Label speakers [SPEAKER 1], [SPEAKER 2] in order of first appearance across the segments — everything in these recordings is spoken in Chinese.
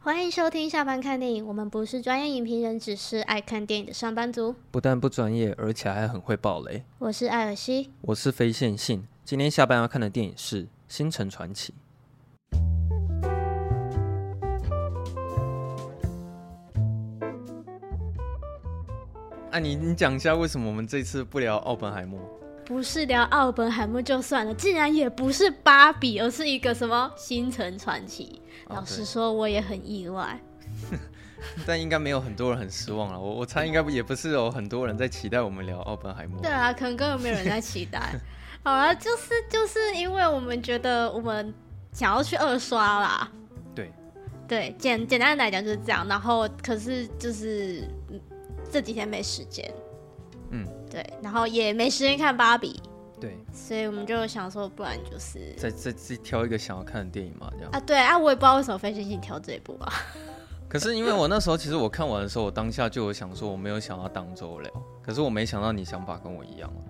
[SPEAKER 1] 欢迎收听下班看电影，我们不是专业影评人，只是爱看电影的上班族。
[SPEAKER 2] 不但不专业，而且还很会爆雷。
[SPEAKER 1] 我是艾尔西，
[SPEAKER 2] 我是非线性，今天下班要看的电影是《星辰传奇》。啊，你你讲一下为什么我们这次不聊奥本海默？
[SPEAKER 1] 不是聊奥本海默就算了，竟然也不是芭比，而是一个什么《星辰传奇》
[SPEAKER 2] 哦
[SPEAKER 1] 老
[SPEAKER 2] 对
[SPEAKER 1] 实说，我也很意外。
[SPEAKER 2] 但应该没有很多人很失望了。我我猜应该不也不是有很多人在期待我们聊奥本海默。
[SPEAKER 1] 对啊，可能根本没有人在期 待。好了，就是就是因为我们觉得我们想要去二刷啦。
[SPEAKER 2] 对
[SPEAKER 1] 对，简简单的来讲就是这样。然后可是就是嗯这几天没时间，
[SPEAKER 2] 嗯，
[SPEAKER 1] 对，然后也没时间看芭比，
[SPEAKER 2] 对，
[SPEAKER 1] 所以我们就想说，不然就是
[SPEAKER 2] 再再再挑一个想要看的电影嘛，这样。
[SPEAKER 1] 啊，对啊，我也不知道为什么飞行性挑这一部啊。
[SPEAKER 2] 可是因为我那时候，其实我看完的时候，我当下就有想说，我没有想要当周聊。可是我没想到你想法跟我一样，啊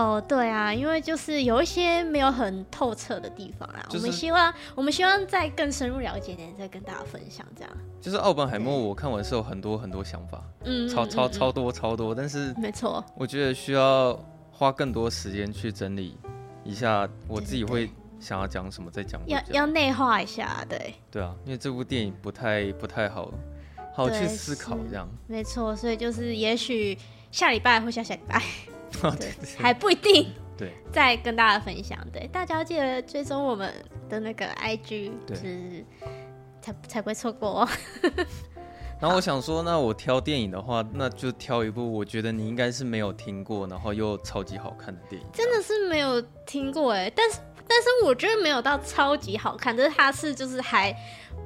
[SPEAKER 1] 哦，对啊，因为就是有一些没有很透彻的地方啊，
[SPEAKER 2] 就是
[SPEAKER 1] 我们希望我们希望再更深入了解一点，再跟大家分享这样。
[SPEAKER 2] 就是奥本海默，我看完是有很多很多想法，
[SPEAKER 1] 嗯，
[SPEAKER 2] 超
[SPEAKER 1] 嗯
[SPEAKER 2] 超，
[SPEAKER 1] 嗯
[SPEAKER 2] 超多超多，但是
[SPEAKER 1] 嗯没错，
[SPEAKER 2] 我觉得需要花更多时间去整理一下，我自己会想要讲什么，再讲回
[SPEAKER 1] 要
[SPEAKER 2] 家。
[SPEAKER 1] 要内化一下，对，
[SPEAKER 2] 对啊，因为这部电影不太不太好好去
[SPEAKER 1] 对
[SPEAKER 2] 思考
[SPEAKER 1] 是
[SPEAKER 2] 这样。
[SPEAKER 1] 没错，所以就是也许下礼拜或下下礼 拜，
[SPEAKER 2] 对
[SPEAKER 1] 对，还不一定。
[SPEAKER 2] 对，
[SPEAKER 1] 再跟大家分享。对，大家记得追踪我们的那个 IG，就
[SPEAKER 2] 对
[SPEAKER 1] 是才才不会错过、哦。
[SPEAKER 2] 然后我想说，那我挑电影的话，那就挑一部我觉得你应该是没有听过，然后又超级好看的电影。
[SPEAKER 1] 真的是没有听过哎，但是但是我觉得没有到超级好看，但是它是就是还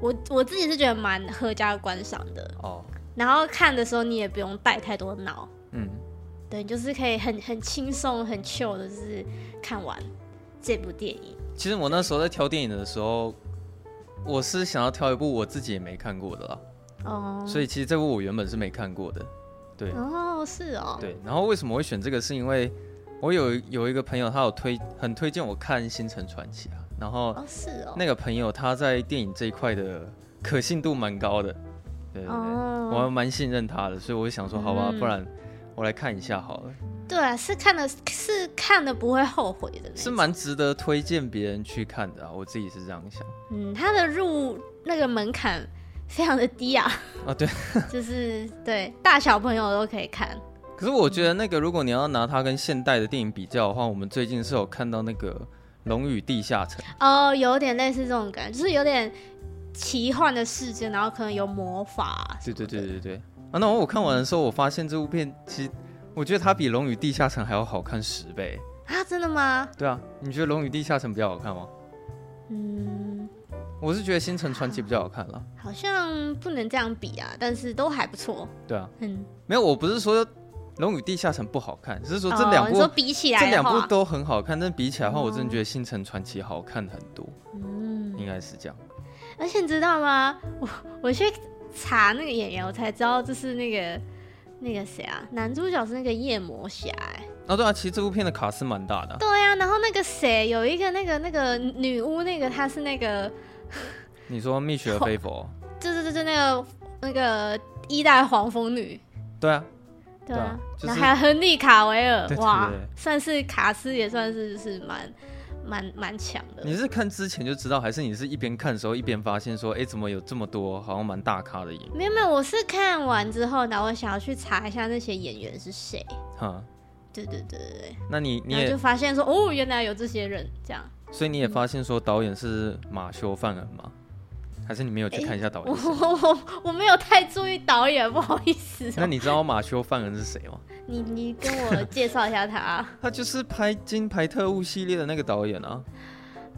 [SPEAKER 1] 我我自己是觉得蛮合家观赏的。
[SPEAKER 2] 哦，
[SPEAKER 1] 然后看的时候你也不用带太多脑，
[SPEAKER 2] 嗯，
[SPEAKER 1] 对，你就是可以很很轻松、很 chill 的，就是看完这部电影。
[SPEAKER 2] 其实我那时候在挑电影的时候，我是想要挑一部我自己也没看过的啦，
[SPEAKER 1] 哦，
[SPEAKER 2] 所以其实这部我原本是没看过的。对
[SPEAKER 1] 哦是哦，
[SPEAKER 2] 对，然后为什么会选这个？是因为我有有一个朋友，他有推很推荐我看《星辰传奇》啊，然后
[SPEAKER 1] 哦是哦，
[SPEAKER 2] 那个朋友他在电影这一块的可信度蛮高的，对对对，
[SPEAKER 1] 哦
[SPEAKER 2] 我还蛮信任他的，所以我就想说，好吧，
[SPEAKER 1] 嗯
[SPEAKER 2] 不然我来看一下好了，
[SPEAKER 1] 对啊，是看了是看了不会后悔的那
[SPEAKER 2] 是
[SPEAKER 1] 种
[SPEAKER 2] 蛮值得推荐别人去看的啊，我自己是这样想
[SPEAKER 1] 嗯，它的入那个门槛非常的低啊，
[SPEAKER 2] 啊，对。
[SPEAKER 1] 就是对大小朋友都可以看。
[SPEAKER 2] 可是我觉得那个，如果你要拿它跟现代的电影比较的话，我们最近是有看到那个《龙与地下城》，
[SPEAKER 1] 哦，有点类似这种感觉，就是有点奇幻的世界，然后可能有魔法啊什
[SPEAKER 2] 对
[SPEAKER 1] 么的、
[SPEAKER 2] 对对对对。啊，那我看完的时候，我发现这部片其实，我觉得它比《龙与地下城》还要好看十倍。
[SPEAKER 1] 啊，真的吗？
[SPEAKER 2] 对啊，你觉得《龙与地下城》比较好看吗？
[SPEAKER 1] 嗯，
[SPEAKER 2] 我是觉得《星辰传奇》比较好看啦。
[SPEAKER 1] 好像不能这样比啊，但是都还不错。
[SPEAKER 2] 对啊，
[SPEAKER 1] 嗯，
[SPEAKER 2] 没有，我不是说《龙与地下城》不好看，只是说这
[SPEAKER 1] 哦
[SPEAKER 2] 两
[SPEAKER 1] 你
[SPEAKER 2] 部、
[SPEAKER 1] 说比起来
[SPEAKER 2] 这两
[SPEAKER 1] 的
[SPEAKER 2] 部
[SPEAKER 1] 话
[SPEAKER 2] 都很好看，但比起来的话，我真的觉得《星辰传奇》好看很多，
[SPEAKER 1] 嗯，
[SPEAKER 2] 应该是这样。
[SPEAKER 1] 而且你知道吗？我我去查那个演员，我才知道就是那个那个谁啊，男主角是那个夜魔侠、欸。
[SPEAKER 2] 啊，对啊，其实这部片的卡斯蛮大的啊、
[SPEAKER 1] 对啊，然后那个谁有一个那个那个女巫，那个她是那个，
[SPEAKER 2] 你说《蜜雪儿菲 佛》。
[SPEAKER 1] 对对对对，那个那个一代黄蜂女。
[SPEAKER 2] 对啊，
[SPEAKER 1] 对啊，
[SPEAKER 2] 对啊就是
[SPEAKER 1] 然后还有亨利卡维尔，
[SPEAKER 2] 对对
[SPEAKER 1] 哇
[SPEAKER 2] 对，
[SPEAKER 1] 算是卡斯也算是就是蛮蛮蛮强的。
[SPEAKER 2] 你是看之前就知道，还是你是一边看的时候一边发现说，哎，怎么有这么多好像蛮大咖的演员？
[SPEAKER 1] 没有没有，我是看完之后，然后我想要去查一下那些演员是谁。
[SPEAKER 2] 哈，
[SPEAKER 1] 对对对对对，
[SPEAKER 2] 那你你
[SPEAKER 1] 然后
[SPEAKER 2] 也
[SPEAKER 1] 就，嗯发现说，哦，原来有这些人这样。
[SPEAKER 2] 所以你也发现说导演是马修·范恩吗？还是你没有去看一下导
[SPEAKER 1] 我
[SPEAKER 2] 演是谁？
[SPEAKER 1] 我我我没有太注意导演，不好意思哦、
[SPEAKER 2] 那你知道马修·范恩是谁吗？
[SPEAKER 1] 你你跟我介绍一下他。
[SPEAKER 2] 他就是拍《金牌特务》系列的那个导演啊，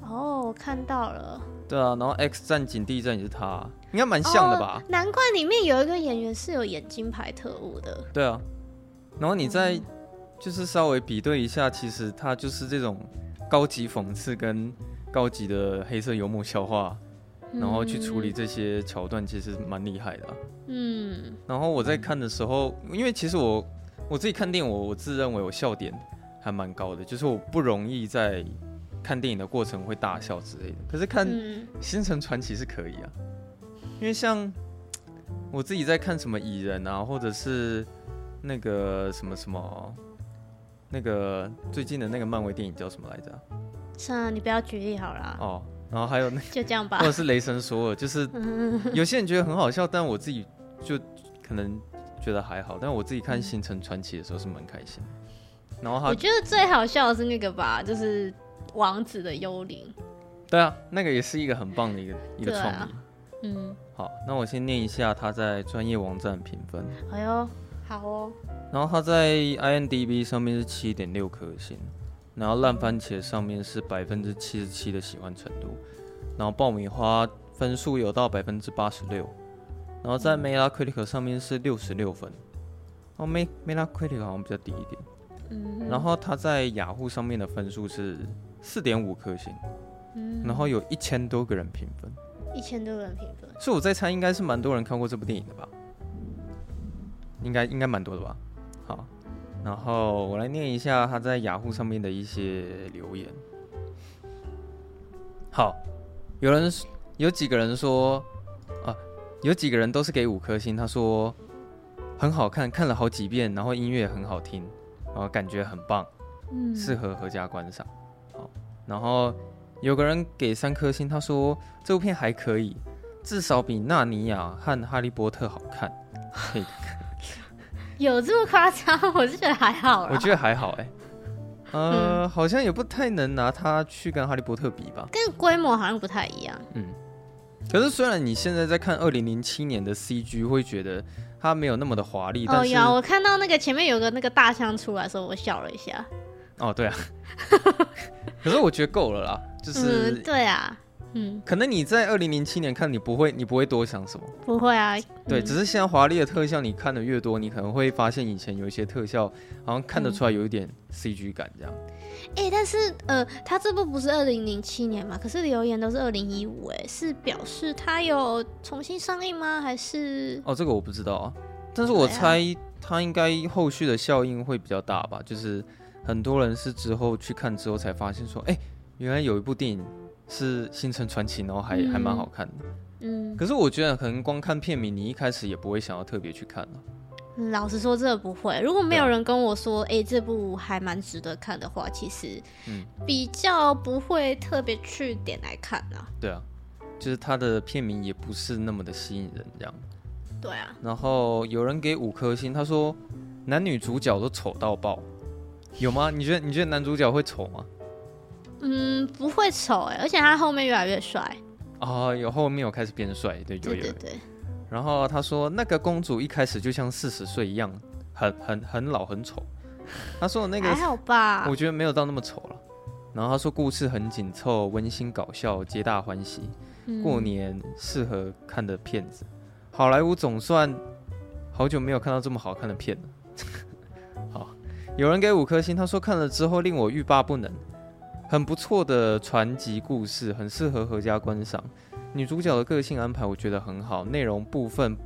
[SPEAKER 1] 哦，我看到了，
[SPEAKER 2] 对啊，然后《X 战警》《地战》也是他啊、应该蛮像的吧？
[SPEAKER 1] 哦难怪里面有一个演员是有演金牌特务的。
[SPEAKER 2] 对啊，然后你再就是稍微比对一下，其实他就是这种高级讽刺跟高级的黑色幽默笑话，然后去处理这些桥段，其实蛮厉害的啊、
[SPEAKER 1] 嗯，
[SPEAKER 2] 然后我在看的时候，因为其实我我自己看电影，我我自认为我笑点还蛮高的，就是我不容易在看电影的过程会大笑之类的。可是看
[SPEAKER 1] 嗯
[SPEAKER 2] 《
[SPEAKER 1] 嗯，
[SPEAKER 2] 星辰传奇》是可以啊，因为像我自己在看什么蚁人啊，或者是那个什么什么，那个最近的那个漫威电影叫什么来着啊、
[SPEAKER 1] 算了，你不要举例好了啊，
[SPEAKER 2] 哦，然后还有那
[SPEAKER 1] 就这样吧
[SPEAKER 2] 或。者是雷神索尔，就是
[SPEAKER 1] 嗯
[SPEAKER 2] 有些人觉得很好笑，但我自己就可能觉得还好。但我自己看《星辰传奇》的时候是蛮开心的。然后
[SPEAKER 1] 我
[SPEAKER 2] 他，
[SPEAKER 1] 觉得最好笑的是那个吧，就是王子的幽灵。
[SPEAKER 2] 对啊，那个也是一个很棒的一个一个
[SPEAKER 1] 对啊
[SPEAKER 2] 创意。
[SPEAKER 1] 嗯，
[SPEAKER 2] 好，那我先念一下他在专业网站评分，
[SPEAKER 1] 哎呦，好哦，
[SPEAKER 2] 然后他在 IMDB 上面是七点六颗星，然后烂番茄上面是百分之七十七的喜欢程度，然后爆米花分数有到百分之八十六，然后在 Metacritic 上面是六十六分，哦，Me Metacritic 好像比较低一点，
[SPEAKER 1] 嗯，
[SPEAKER 2] 然后他在雅虎上面的分数是四点五颗星，然后有一千多个人评分，
[SPEAKER 1] 一千多个人评分，
[SPEAKER 2] 所以我在猜，应该是蛮多人看过这部电影的吧？应该应该蛮多的吧？好，然后我来念一下他在雅虎上面的一些留言。好，有人有几个人说啊，有几个人都是给五颗星，他说很好看，看了好几遍，然后音乐很好听，然后感觉很棒，
[SPEAKER 1] 嗯
[SPEAKER 2] 适合合家观赏。好，然后有个人给三颗星，他说这部片还可以，至少比《纳尼亚》和《哈利波特》好看。嘿
[SPEAKER 1] 有这么夸张？我是觉得还好
[SPEAKER 2] 我
[SPEAKER 1] 啦，
[SPEAKER 2] 觉得还好哎、
[SPEAKER 1] 嗯
[SPEAKER 2] 呃，好像也不太能拿它去跟《哈利波特》比吧。
[SPEAKER 1] 跟规模好像不太一样。
[SPEAKER 2] 可是虽然你现在在看二零零七年的 CG，会觉得它没有那么的华丽，
[SPEAKER 1] 哦，
[SPEAKER 2] 但是
[SPEAKER 1] 有啊我看到那个前面有个那个大象出来的时候，我笑了一下。
[SPEAKER 2] 哦对啊， 可是我觉得够了啦，就是。
[SPEAKER 1] 嗯，对啊，嗯，
[SPEAKER 2] 可能你在二零零七年看，你不会，你不会多想什么，
[SPEAKER 1] 不会啊，
[SPEAKER 2] 对，
[SPEAKER 1] 嗯
[SPEAKER 2] 只是现在华丽的特效，你看的越多，你可能会发现以前有一些特效，好像看得出来
[SPEAKER 1] 嗯
[SPEAKER 2] 有一点 CG 感这样。
[SPEAKER 1] 哎、但是呃，他这部不是二零零七年嘛？可是留言都是二零一五，哎，是表示他有重新上映吗？还是
[SPEAKER 2] 哦，这个我不知道啊，但是我
[SPEAKER 1] 对啊
[SPEAKER 2] 猜它应该后续的效应会比较大吧，就是很多人是之后去看之后才发现说，哎、原来有一部电影是《星辰传奇》，然后还、还蛮好看的。
[SPEAKER 1] 嗯，
[SPEAKER 2] 可是我觉得可能光看片名，你一开始也不会想要特别去看了、
[SPEAKER 1] 嗯老实说，这个不会。如果没有
[SPEAKER 2] 对啊
[SPEAKER 1] 人跟我说，哎、这部还蛮值得看的话，其实
[SPEAKER 2] 嗯
[SPEAKER 1] 比较不会特别去点来看啊。
[SPEAKER 2] 对啊，就是它的片名也不是那么的吸引人这样。
[SPEAKER 1] 对啊，
[SPEAKER 2] 然后有人给五颗星，他说男女主角都丑到爆，有吗？你觉得你觉得男主角会丑吗？
[SPEAKER 1] 嗯，不会丑哎、而且他后面越来越帅。
[SPEAKER 2] 啊、有后面有开始变帅，对，有
[SPEAKER 1] 对
[SPEAKER 2] 有
[SPEAKER 1] 对
[SPEAKER 2] 有。
[SPEAKER 1] 对，
[SPEAKER 2] 然后他说那个公主一开始就像四十岁一样，很很很老很丑。他说的那
[SPEAKER 1] 还
[SPEAKER 2] 个
[SPEAKER 1] 好吧
[SPEAKER 2] 我。觉得没有到那么丑了。然后他说故事很紧凑，温馨搞笑，皆大欢喜，
[SPEAKER 1] 嗯
[SPEAKER 2] 过年适合看的片子。好莱坞总算好久没有看到这么好看的片了。 好，有人给五颗星，他说看了之后令我欲罢不能，很不错的传奇故事，很适合合家观赏。女主角的个性安排我觉得很好，内容部分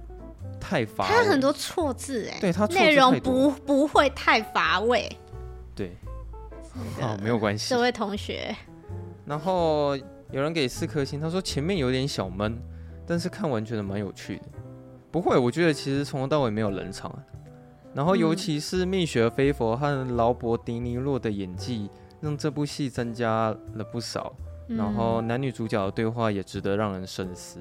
[SPEAKER 2] 太乏味。
[SPEAKER 1] 他很多错字哎、
[SPEAKER 2] 对他错字
[SPEAKER 1] 内容
[SPEAKER 2] 太多
[SPEAKER 1] 不不会太乏味。
[SPEAKER 2] 对，哦，没有关系
[SPEAKER 1] 这。位同学，
[SPEAKER 2] 然后有人给四颗星，他说前面有点小闷，但是看完觉得蛮有趣的。不会，我觉得其实从头到尾没有冷场啊。然后尤其是蜜雪菲佛和劳勃迪尼洛的演技，让这部戏增加了不少。然后男女主角的对话也值得让人深思，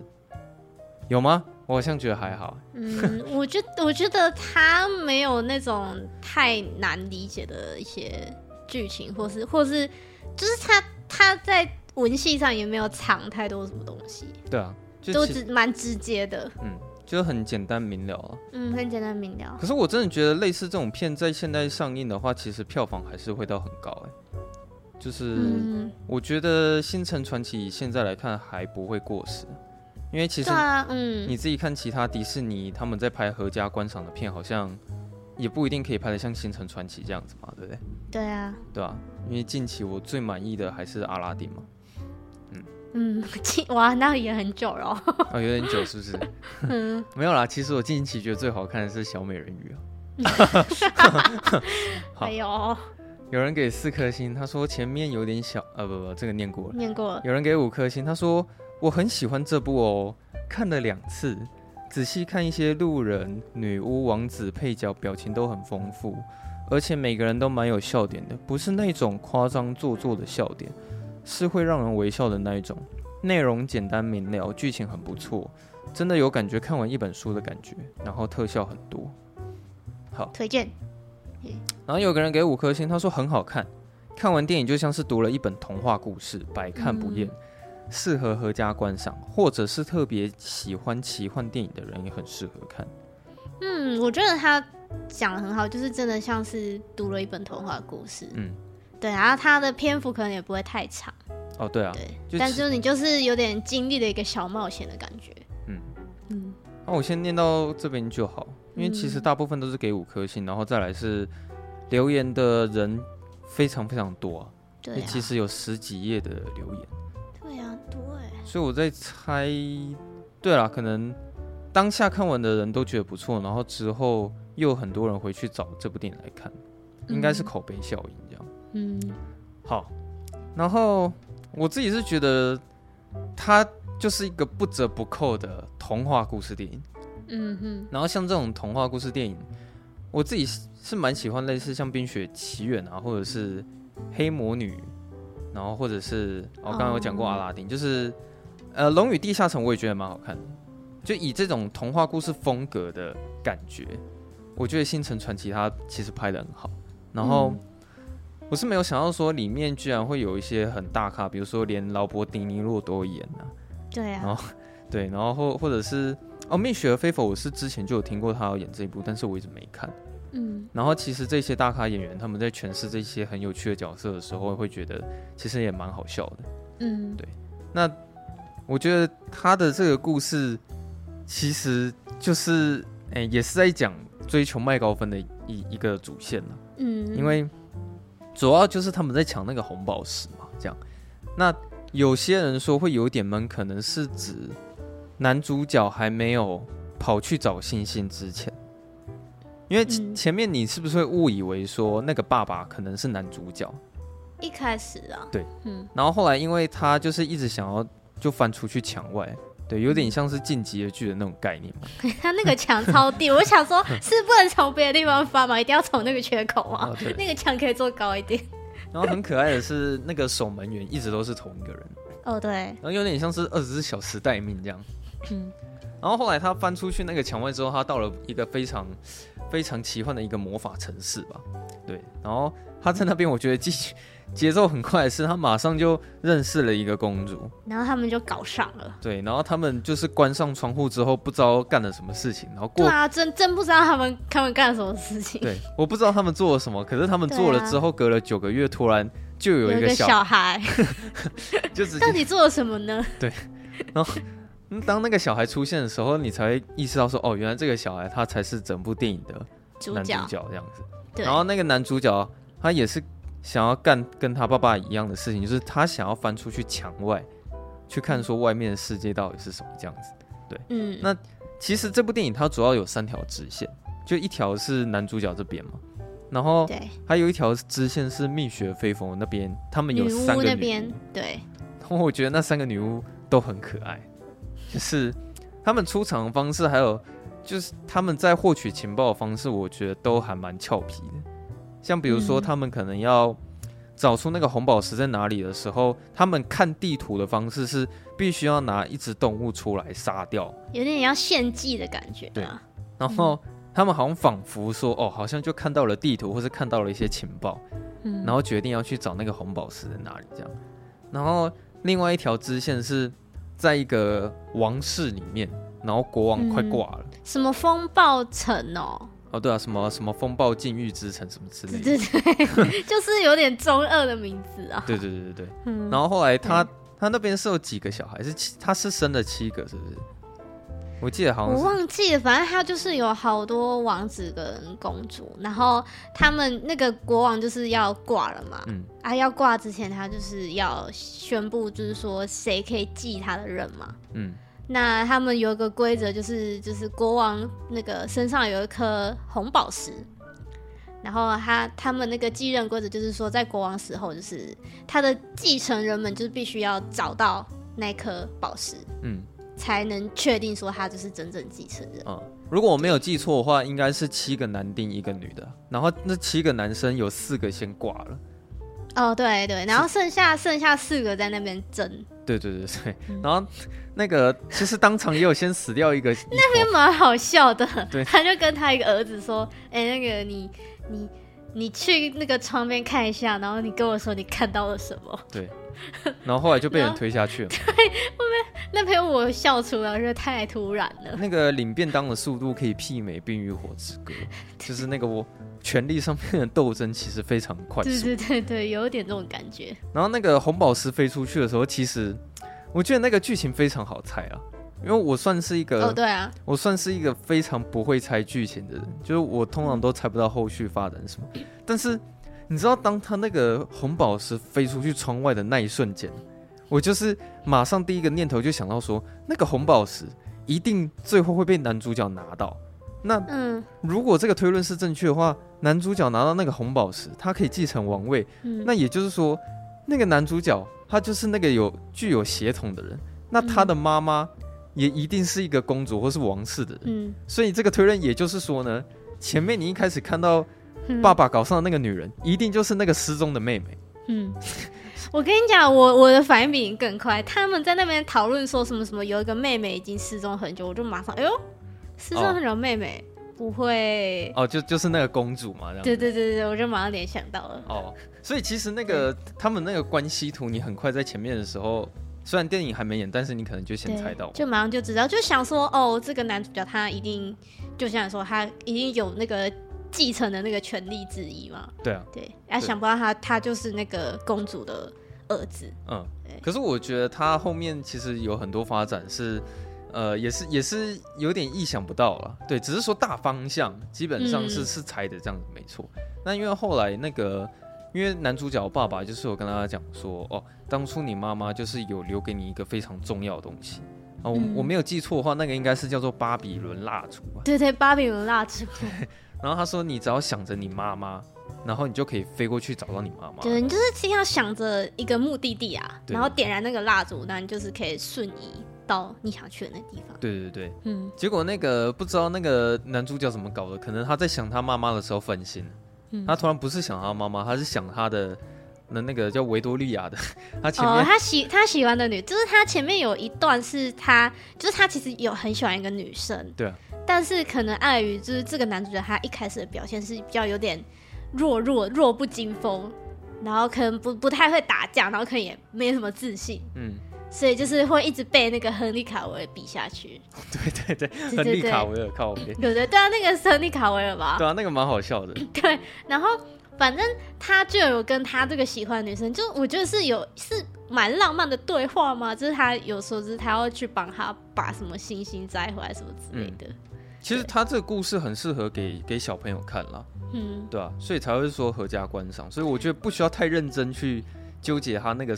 [SPEAKER 2] 有吗？我好像觉得还好。
[SPEAKER 1] 嗯，我觉我觉得他没有那种太难理解的一些剧情，或是或是就是他他在文戏上也没有藏太多什么东西，
[SPEAKER 2] 对啊，就
[SPEAKER 1] 都
[SPEAKER 2] 其
[SPEAKER 1] 直蛮直接的，
[SPEAKER 2] 嗯，就很简单明了啊了。
[SPEAKER 1] 嗯，很简单明了。
[SPEAKER 2] 可是我真的觉得类似这种片在现在上映的话，其实票房还是会到很高哎、就是、
[SPEAKER 1] 嗯，
[SPEAKER 2] 我觉得《星辰传奇》以现在来看还不会过时，因为其实
[SPEAKER 1] 对啊，嗯，
[SPEAKER 2] 你自己看其他迪士尼他们在拍合家观赏的片，好像也不一定可以拍得像《星辰传奇》这样子嘛，对不对？
[SPEAKER 1] 对啊，
[SPEAKER 2] 对啊，因为近期我最满意的还是《阿拉丁》 嘛，
[SPEAKER 1] 嗯，哇，那也很久了哦，
[SPEAKER 2] 啊，有点久是不是？
[SPEAKER 1] 嗯，
[SPEAKER 2] 没有啦，其实我近期觉得最好看的是《小美人鱼》啊。好
[SPEAKER 1] 哎呦，
[SPEAKER 2] 有人给四颗星，他说前面有点小，呃，不不，这个念过了。
[SPEAKER 1] 念过了，
[SPEAKER 2] 有人给五颗星，他说我很喜欢这部哦，看了两次，仔细看一些路人、女巫、王子、配角表情都很丰富，而且每个人都蛮有笑点的，不是那种夸张做作的笑点，是会让人微笑的那一种。内容简单明了，剧情很不错，真的有感觉看完一本书的感觉，然后特效很多。好，
[SPEAKER 1] 推荐。
[SPEAKER 2] 然后有个人给五颗星，他说很好看，看完电影就像是读了一本童话故事，百看不
[SPEAKER 1] 嗯
[SPEAKER 2] 厌，适合合家观赏，或者是特别喜欢奇幻电影的人也很适合看。
[SPEAKER 1] 嗯，我觉得他讲的很好，就是真的像是读了一本童话故事。
[SPEAKER 2] 嗯，
[SPEAKER 1] 对，然后他的篇幅可能也不会太长，
[SPEAKER 2] 哦，对啊，
[SPEAKER 1] 对，
[SPEAKER 2] 就
[SPEAKER 1] 但
[SPEAKER 2] 其
[SPEAKER 1] 就是你就是有点经历了一个小冒险的感觉。
[SPEAKER 2] 嗯
[SPEAKER 1] 嗯，
[SPEAKER 2] 那、我先念到这边就好，因为其实
[SPEAKER 1] 嗯
[SPEAKER 2] 大部分都是给五颗星，然后再来是留言的人非常非常多、啊，
[SPEAKER 1] 对啊，
[SPEAKER 2] 其实有十几页的留言。
[SPEAKER 1] 对啊，对，
[SPEAKER 2] 所以我在猜，对啦，可能当下看完的人都觉得不错，然后之后又有很多人回去找这部电影来看，应该是口碑效应这样。
[SPEAKER 1] 嗯，
[SPEAKER 2] 好，然后我自己是觉得它就是一个不折不扣的童话故事电影。
[SPEAKER 1] 嗯哼，
[SPEAKER 2] 然后像这种童话故事电影，我自己是是蛮喜欢类似像《冰雪奇缘》啊，或者是《黑魔女》，然后或者是哦，刚刚有讲过
[SPEAKER 1] 哦
[SPEAKER 2] 阿拉丁，就是呃《龙与地下城》，我也觉得蛮好看的。就以这种童话故事风格的感觉，我觉得《星辰传奇》它其实拍的很好。然后、我是没有想到说里面居然会有一些很大咖，比如说连劳勃·迪尼洛都有演啊，
[SPEAKER 1] 对啊，
[SPEAKER 2] 然后对，然后或或者是哦，《蜜雪儿非佛》，我是之前就有听过他要演这一部，但是我一直没看。
[SPEAKER 1] 嗯，
[SPEAKER 2] 然后其实这些大咖演员他们在诠释这些很有趣的角色的时候，会觉得其实也蛮好笑的。
[SPEAKER 1] 嗯，
[SPEAKER 2] 我觉得他的这个故事其实就是，哎、也是在讲追求麦高芬的一一个主线了。
[SPEAKER 1] 嗯，
[SPEAKER 2] 因为主要就是他们在抢那个红宝石嘛，这样。那有些人说会有点闷，可能是指男主角还没有跑去找星星之前，因为前
[SPEAKER 1] 嗯
[SPEAKER 2] 前面你是不是会误以为说那个爸爸可能是男主角，
[SPEAKER 1] 一开始啊，
[SPEAKER 2] 对，
[SPEAKER 1] 嗯，
[SPEAKER 2] 然后后来因为他就是一直想要就翻出去墙外，对，有
[SPEAKER 1] 嗯
[SPEAKER 2] 点像是进击的巨人那种概念嘛。
[SPEAKER 1] 他那个墙超低，我想 说，是不能从别的地方翻嘛，一定要从那个缺口啊，
[SPEAKER 2] 哦对
[SPEAKER 1] 那个墙可以做高一 点。
[SPEAKER 2] 然后很可爱的是，那个守门员一直都是同一个人。
[SPEAKER 1] 哦，对，
[SPEAKER 2] 然后有点像是二十四小时待命这样。
[SPEAKER 1] 嗯
[SPEAKER 2] 然后后来他翻出去那个墙外之后，他到了一个非常非常奇幻的一个魔法城市吧，对。然后他在那边，我觉得节节奏很快的是，他马上就认识了一个公主，
[SPEAKER 1] 然后他们就搞上了。
[SPEAKER 2] 对。然后他们就是关上窗户之后，不知道干了什么事情，然后
[SPEAKER 1] 对
[SPEAKER 2] 过。
[SPEAKER 1] 啊，真真不知道他们他们干了什么事情。
[SPEAKER 2] 对，我不知道他们做了什么，可是他们做了之后，隔了九个月，突然就有一
[SPEAKER 1] 一
[SPEAKER 2] 个
[SPEAKER 1] 个
[SPEAKER 2] 小，
[SPEAKER 1] 小孩，
[SPEAKER 2] 就直接
[SPEAKER 1] 到底做了什么呢？
[SPEAKER 2] 嗯当那个小孩出现的时候，你才会意识到说，哦，原来这个小孩他才是整部电影的
[SPEAKER 1] 主
[SPEAKER 2] 男主
[SPEAKER 1] 角，
[SPEAKER 2] 角这样子。
[SPEAKER 1] 对
[SPEAKER 2] 然后那个男主角他也是想要干跟他爸爸一样的事情，就是他想要翻出去墙外，去看说外面的世界到底是什么这样子。
[SPEAKER 1] 嗯，
[SPEAKER 2] 那其实这部电影它主要有三条支线，就一条是男主角这边嘛，然后
[SPEAKER 1] 对，
[SPEAKER 2] 还有一条支线是蜜雪飞风那边，他们有
[SPEAKER 1] 女
[SPEAKER 2] 三
[SPEAKER 1] 巫
[SPEAKER 2] 个
[SPEAKER 1] 那
[SPEAKER 2] 女
[SPEAKER 1] 边，对，
[SPEAKER 2] 然 后我觉得那三个女巫都很可爱，就是他们出场的方式，还有就是他们在获取情报的方式，我觉得都还蛮俏皮的。像比如说，
[SPEAKER 1] 嗯
[SPEAKER 2] 他们可能要找出那个红宝石在哪里的时候，他们看地图的方式是必须要拿一只动物出来杀掉，
[SPEAKER 1] 有点要献祭的感觉、啊。
[SPEAKER 2] 然后他们好像仿佛说，哦，好像就看到了地图，或是看到了一些情报，
[SPEAKER 1] 嗯
[SPEAKER 2] 然后决定要去找那个红宝石在哪里这样。然后另外一条支线是在一个王室里面，然后国王快挂了。
[SPEAKER 1] 什么风暴城哦，
[SPEAKER 2] 哦，对啊，什么什么风暴禁欲之城什么之类
[SPEAKER 1] 对
[SPEAKER 2] 的，
[SPEAKER 1] 对对， 就是有点中二的名字啊。
[SPEAKER 2] 对对对对对。
[SPEAKER 1] 嗯，
[SPEAKER 2] 然后后来他、他那边是有几个小孩，是七他是生了七个，是不是？我记得好像
[SPEAKER 1] 我
[SPEAKER 2] 是
[SPEAKER 1] 忘记了，反正他就是有好多王子跟公主，然后他们那个国王就是要挂了嘛，
[SPEAKER 2] 嗯
[SPEAKER 1] 啊，要挂之前他就是要宣布，就是说谁可以继他的任嘛。
[SPEAKER 2] 嗯
[SPEAKER 1] 那他们有一个规则，就是就是国王那个身上有一颗红宝石，然后他他们那个继任规则就是说，在国王死后，就是他的继承人们就是必须要找到那颗宝石，
[SPEAKER 2] 嗯，
[SPEAKER 1] 才能确定说他就是真正继承人。
[SPEAKER 2] 嗯，如果我没有记错的话，应该是七个男丁一个女的，然后那七个男生有四个先挂了。
[SPEAKER 1] 哦，对对，然后剩下剩下四个在那边争，
[SPEAKER 2] 对对对对，
[SPEAKER 1] 嗯
[SPEAKER 2] 然后那个其实当场也有先死掉一个一头，那
[SPEAKER 1] 那蛮好笑的
[SPEAKER 2] 对。
[SPEAKER 1] 他就跟他一个儿子说：“哎、那个你你你去那个窗边看一下，然后你跟我说你看到了什么。
[SPEAKER 2] 对，然后后来就被人推下去了。”
[SPEAKER 1] 那朋友我笑出来，我觉得太突然了。
[SPEAKER 2] 那个领便当的速度可以媲美《冰与火之 歌》，就是那个我权力上面的斗争其实非常快
[SPEAKER 1] 对
[SPEAKER 2] 速。
[SPEAKER 1] 对对对，有点这种感觉。
[SPEAKER 2] 然后那个红宝石飞出去的时候，其实我觉得那个剧情非常好猜啊，因为我算是一个、
[SPEAKER 1] 哦，对啊，
[SPEAKER 2] 我算是一个非常不会猜剧情的人，就是我通常都猜不到后续发展什么。但是你知道，当他那个红宝石飞出去窗外的那一瞬间，我就是马上第一个念头就想到说，那个红宝石一定最后会被男主角拿到。那
[SPEAKER 1] 嗯
[SPEAKER 2] 如果这个推论是正确的话，男主角拿到那个红宝石，他可以继承王位。
[SPEAKER 1] 嗯，
[SPEAKER 2] 那也就是说，那个男主角他就是那个有具有血统的人，那他的妈妈也一定是一个公主或是王室的人。
[SPEAKER 1] 嗯
[SPEAKER 2] 所以这个推论也就是说呢，前面你一开始看到
[SPEAKER 1] 嗯
[SPEAKER 2] 爸爸搞上的那个女人，一定就是那个失踪的妹妹。
[SPEAKER 1] 嗯，我跟你讲，我我的反应比你更快。他们在那边讨论说什么什么，有一个妹妹已经失踪很久，我就马上，哎呦，失踪很久的妹妹、不会？
[SPEAKER 2] 哦，就就是那个公主嘛，这样。
[SPEAKER 1] 对对对对，我就马上联想到了。
[SPEAKER 2] 哦，所以其实那个他们那个关系图，你很快在前面的时候，虽然电影还没演，但是你可能就先
[SPEAKER 1] 对
[SPEAKER 2] 猜到。
[SPEAKER 1] 就马上就知道，就想说哦，这个男主角他一定就像你说，他一定有那个继承的那个权利之一嘛。
[SPEAKER 2] 对啊，
[SPEAKER 1] 对，啊，
[SPEAKER 2] 对
[SPEAKER 1] 想不到他他就是那个公主的儿子。
[SPEAKER 2] 嗯
[SPEAKER 1] 对。
[SPEAKER 2] 可是我觉得他后面其实有很多发展是，呃，也是也是有点意想不到了。对，只是说大方向基本上是、
[SPEAKER 1] 嗯
[SPEAKER 2] 是猜的这样子没错。那因为后来那个，因为男主角爸爸就是有跟大家讲说，哦，当初你妈妈就是有留给你一个非常重要的东西啊，我、
[SPEAKER 1] 嗯
[SPEAKER 2] 我没有记错的话，那个应该是叫做巴比伦蜡烛吧。
[SPEAKER 1] 对对，巴比伦蜡烛，
[SPEAKER 2] 然后他说，你只要想着你妈妈，然后你就可以飞过去找到你妈妈。
[SPEAKER 1] 对，你就是先要想着一个目的地啊，
[SPEAKER 2] 对
[SPEAKER 1] 然后点燃那个蜡烛，那你就是可以瞬移到你想去的那地方。
[SPEAKER 2] 对对对，
[SPEAKER 1] 嗯
[SPEAKER 2] 结果那个不知道那个男主角怎么搞的，可能他在想他妈妈的时候分心，
[SPEAKER 1] 嗯
[SPEAKER 2] 他突然不是想他妈妈，他是想他的那那个叫维多利亚的， 他前
[SPEAKER 1] 哦，
[SPEAKER 2] 面、
[SPEAKER 1] 他喜他喜欢的女，就是他前面有一段是他，就是他其实有很喜欢一个女生，
[SPEAKER 2] 对啊，
[SPEAKER 1] 但是可能碍于就是这个男主角他一开始的表现是比较有点弱弱弱不禁风，然后可能不不太会打架，然后可能也没什么自信，
[SPEAKER 2] 嗯，
[SPEAKER 1] 所以就是会一直被那个亨利卡维尔比下去。
[SPEAKER 2] 对对 对，
[SPEAKER 1] 对
[SPEAKER 2] 亨利
[SPEAKER 1] 对
[SPEAKER 2] 卡维尔靠背，
[SPEAKER 1] 对对对啊，那个是亨利卡维尔吧？
[SPEAKER 2] 对啊，那个蛮好笑的，
[SPEAKER 1] 对，然后反正他就有跟他这个喜欢的女生，就我觉得是有是蛮浪漫的对话嘛，就是他有说就是他要去帮他把什么星星摘回来什么之类的，
[SPEAKER 2] 其实他这个故事很适合给给小朋友看啦，
[SPEAKER 1] 嗯，
[SPEAKER 2] 对啊，所以才会说合家观赏，所以我觉得不需要太认真去纠结他那个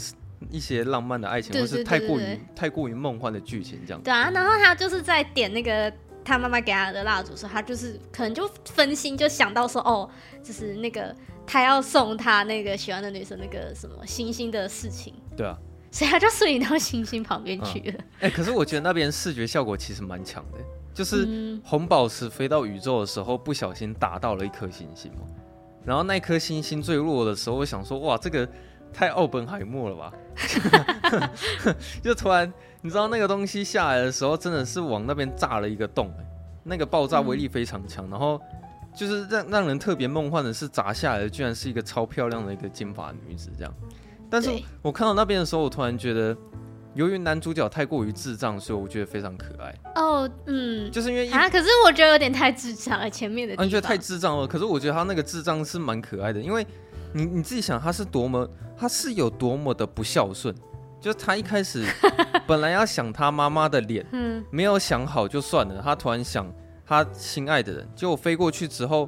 [SPEAKER 2] 一些浪漫的爱情，
[SPEAKER 1] 对
[SPEAKER 2] 或是
[SPEAKER 1] 对对
[SPEAKER 2] 太过
[SPEAKER 1] 对对
[SPEAKER 2] 于太过于梦幻的剧情这样，
[SPEAKER 1] 对啊，然后他就是在点那个。他妈妈给他的蜡烛的时候，他就是可能就分心，就想到说，哦，就是那个他要送他那个喜欢的女生那个什么星星的事情，
[SPEAKER 2] 对啊，
[SPEAKER 1] 所以他就瞬移到星星旁边去了。
[SPEAKER 2] 哎、可是我觉得那边视觉效果其实蛮强的，就是。
[SPEAKER 1] 嗯，
[SPEAKER 2] 红宝石飞到宇宙的时候，不小心打到了一颗星星嘛。然后那颗星星坠落的时候，我想说，哇，这个太奥本海默了吧！ 就突然，你知道那个东西下来的时候，真的是往那边炸了一个洞、欸那个爆炸威力非常强。然后就是让让人特别梦幻的是，砸下来的居然是一个超漂亮的一个金发女子这样。但是
[SPEAKER 1] 对
[SPEAKER 2] 我看到那边的时候，我突然觉得，由于男主角太过于智障，所以我觉得非常可爱。
[SPEAKER 1] 哦，嗯，
[SPEAKER 2] 就是因为一
[SPEAKER 1] 啊，可是我觉得有点太智障了，前面的地
[SPEAKER 2] 啊，
[SPEAKER 1] 方。
[SPEAKER 2] 你觉得太智障了？可是我觉得他那个智障是蛮可爱的，因为你你自己想，他是多么他是有多么的不孝顺，就是他一开始本来要想他妈妈的脸，
[SPEAKER 1] 嗯
[SPEAKER 2] 没有想好就算了，他突然想他心爱的人，结果飞过去之后，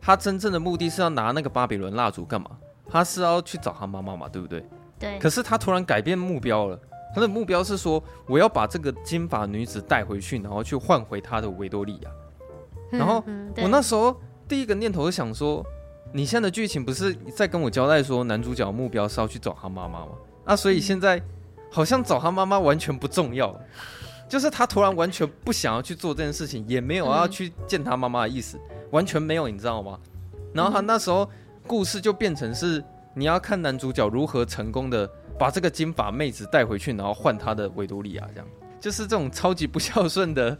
[SPEAKER 2] 他真正的目的是要拿那个巴比伦蜡烛干嘛？他是要去找他妈妈嘛，对不对？
[SPEAKER 1] 对，
[SPEAKER 2] 可是他突然改变目标了，他的目标是说我要把这个金发女子带回去，然后去换回她的维多利亚。然后
[SPEAKER 1] 嗯嗯对
[SPEAKER 2] 我那时候第一个念头是想说，你现在的剧情不是在跟我交代说男主角的目标是要去找他妈妈吗？啊，所以现在好像找他妈妈完全不重要了，就是他突然完全不想要去做这件事情，也没有要去见他妈妈的意思，完全没有，你知道吗？然后他那时候故事就变成是你要看男主角如何成功的把这个金发妹子带回去，然后换他的维多利亚，这样就是这种超级不孝顺的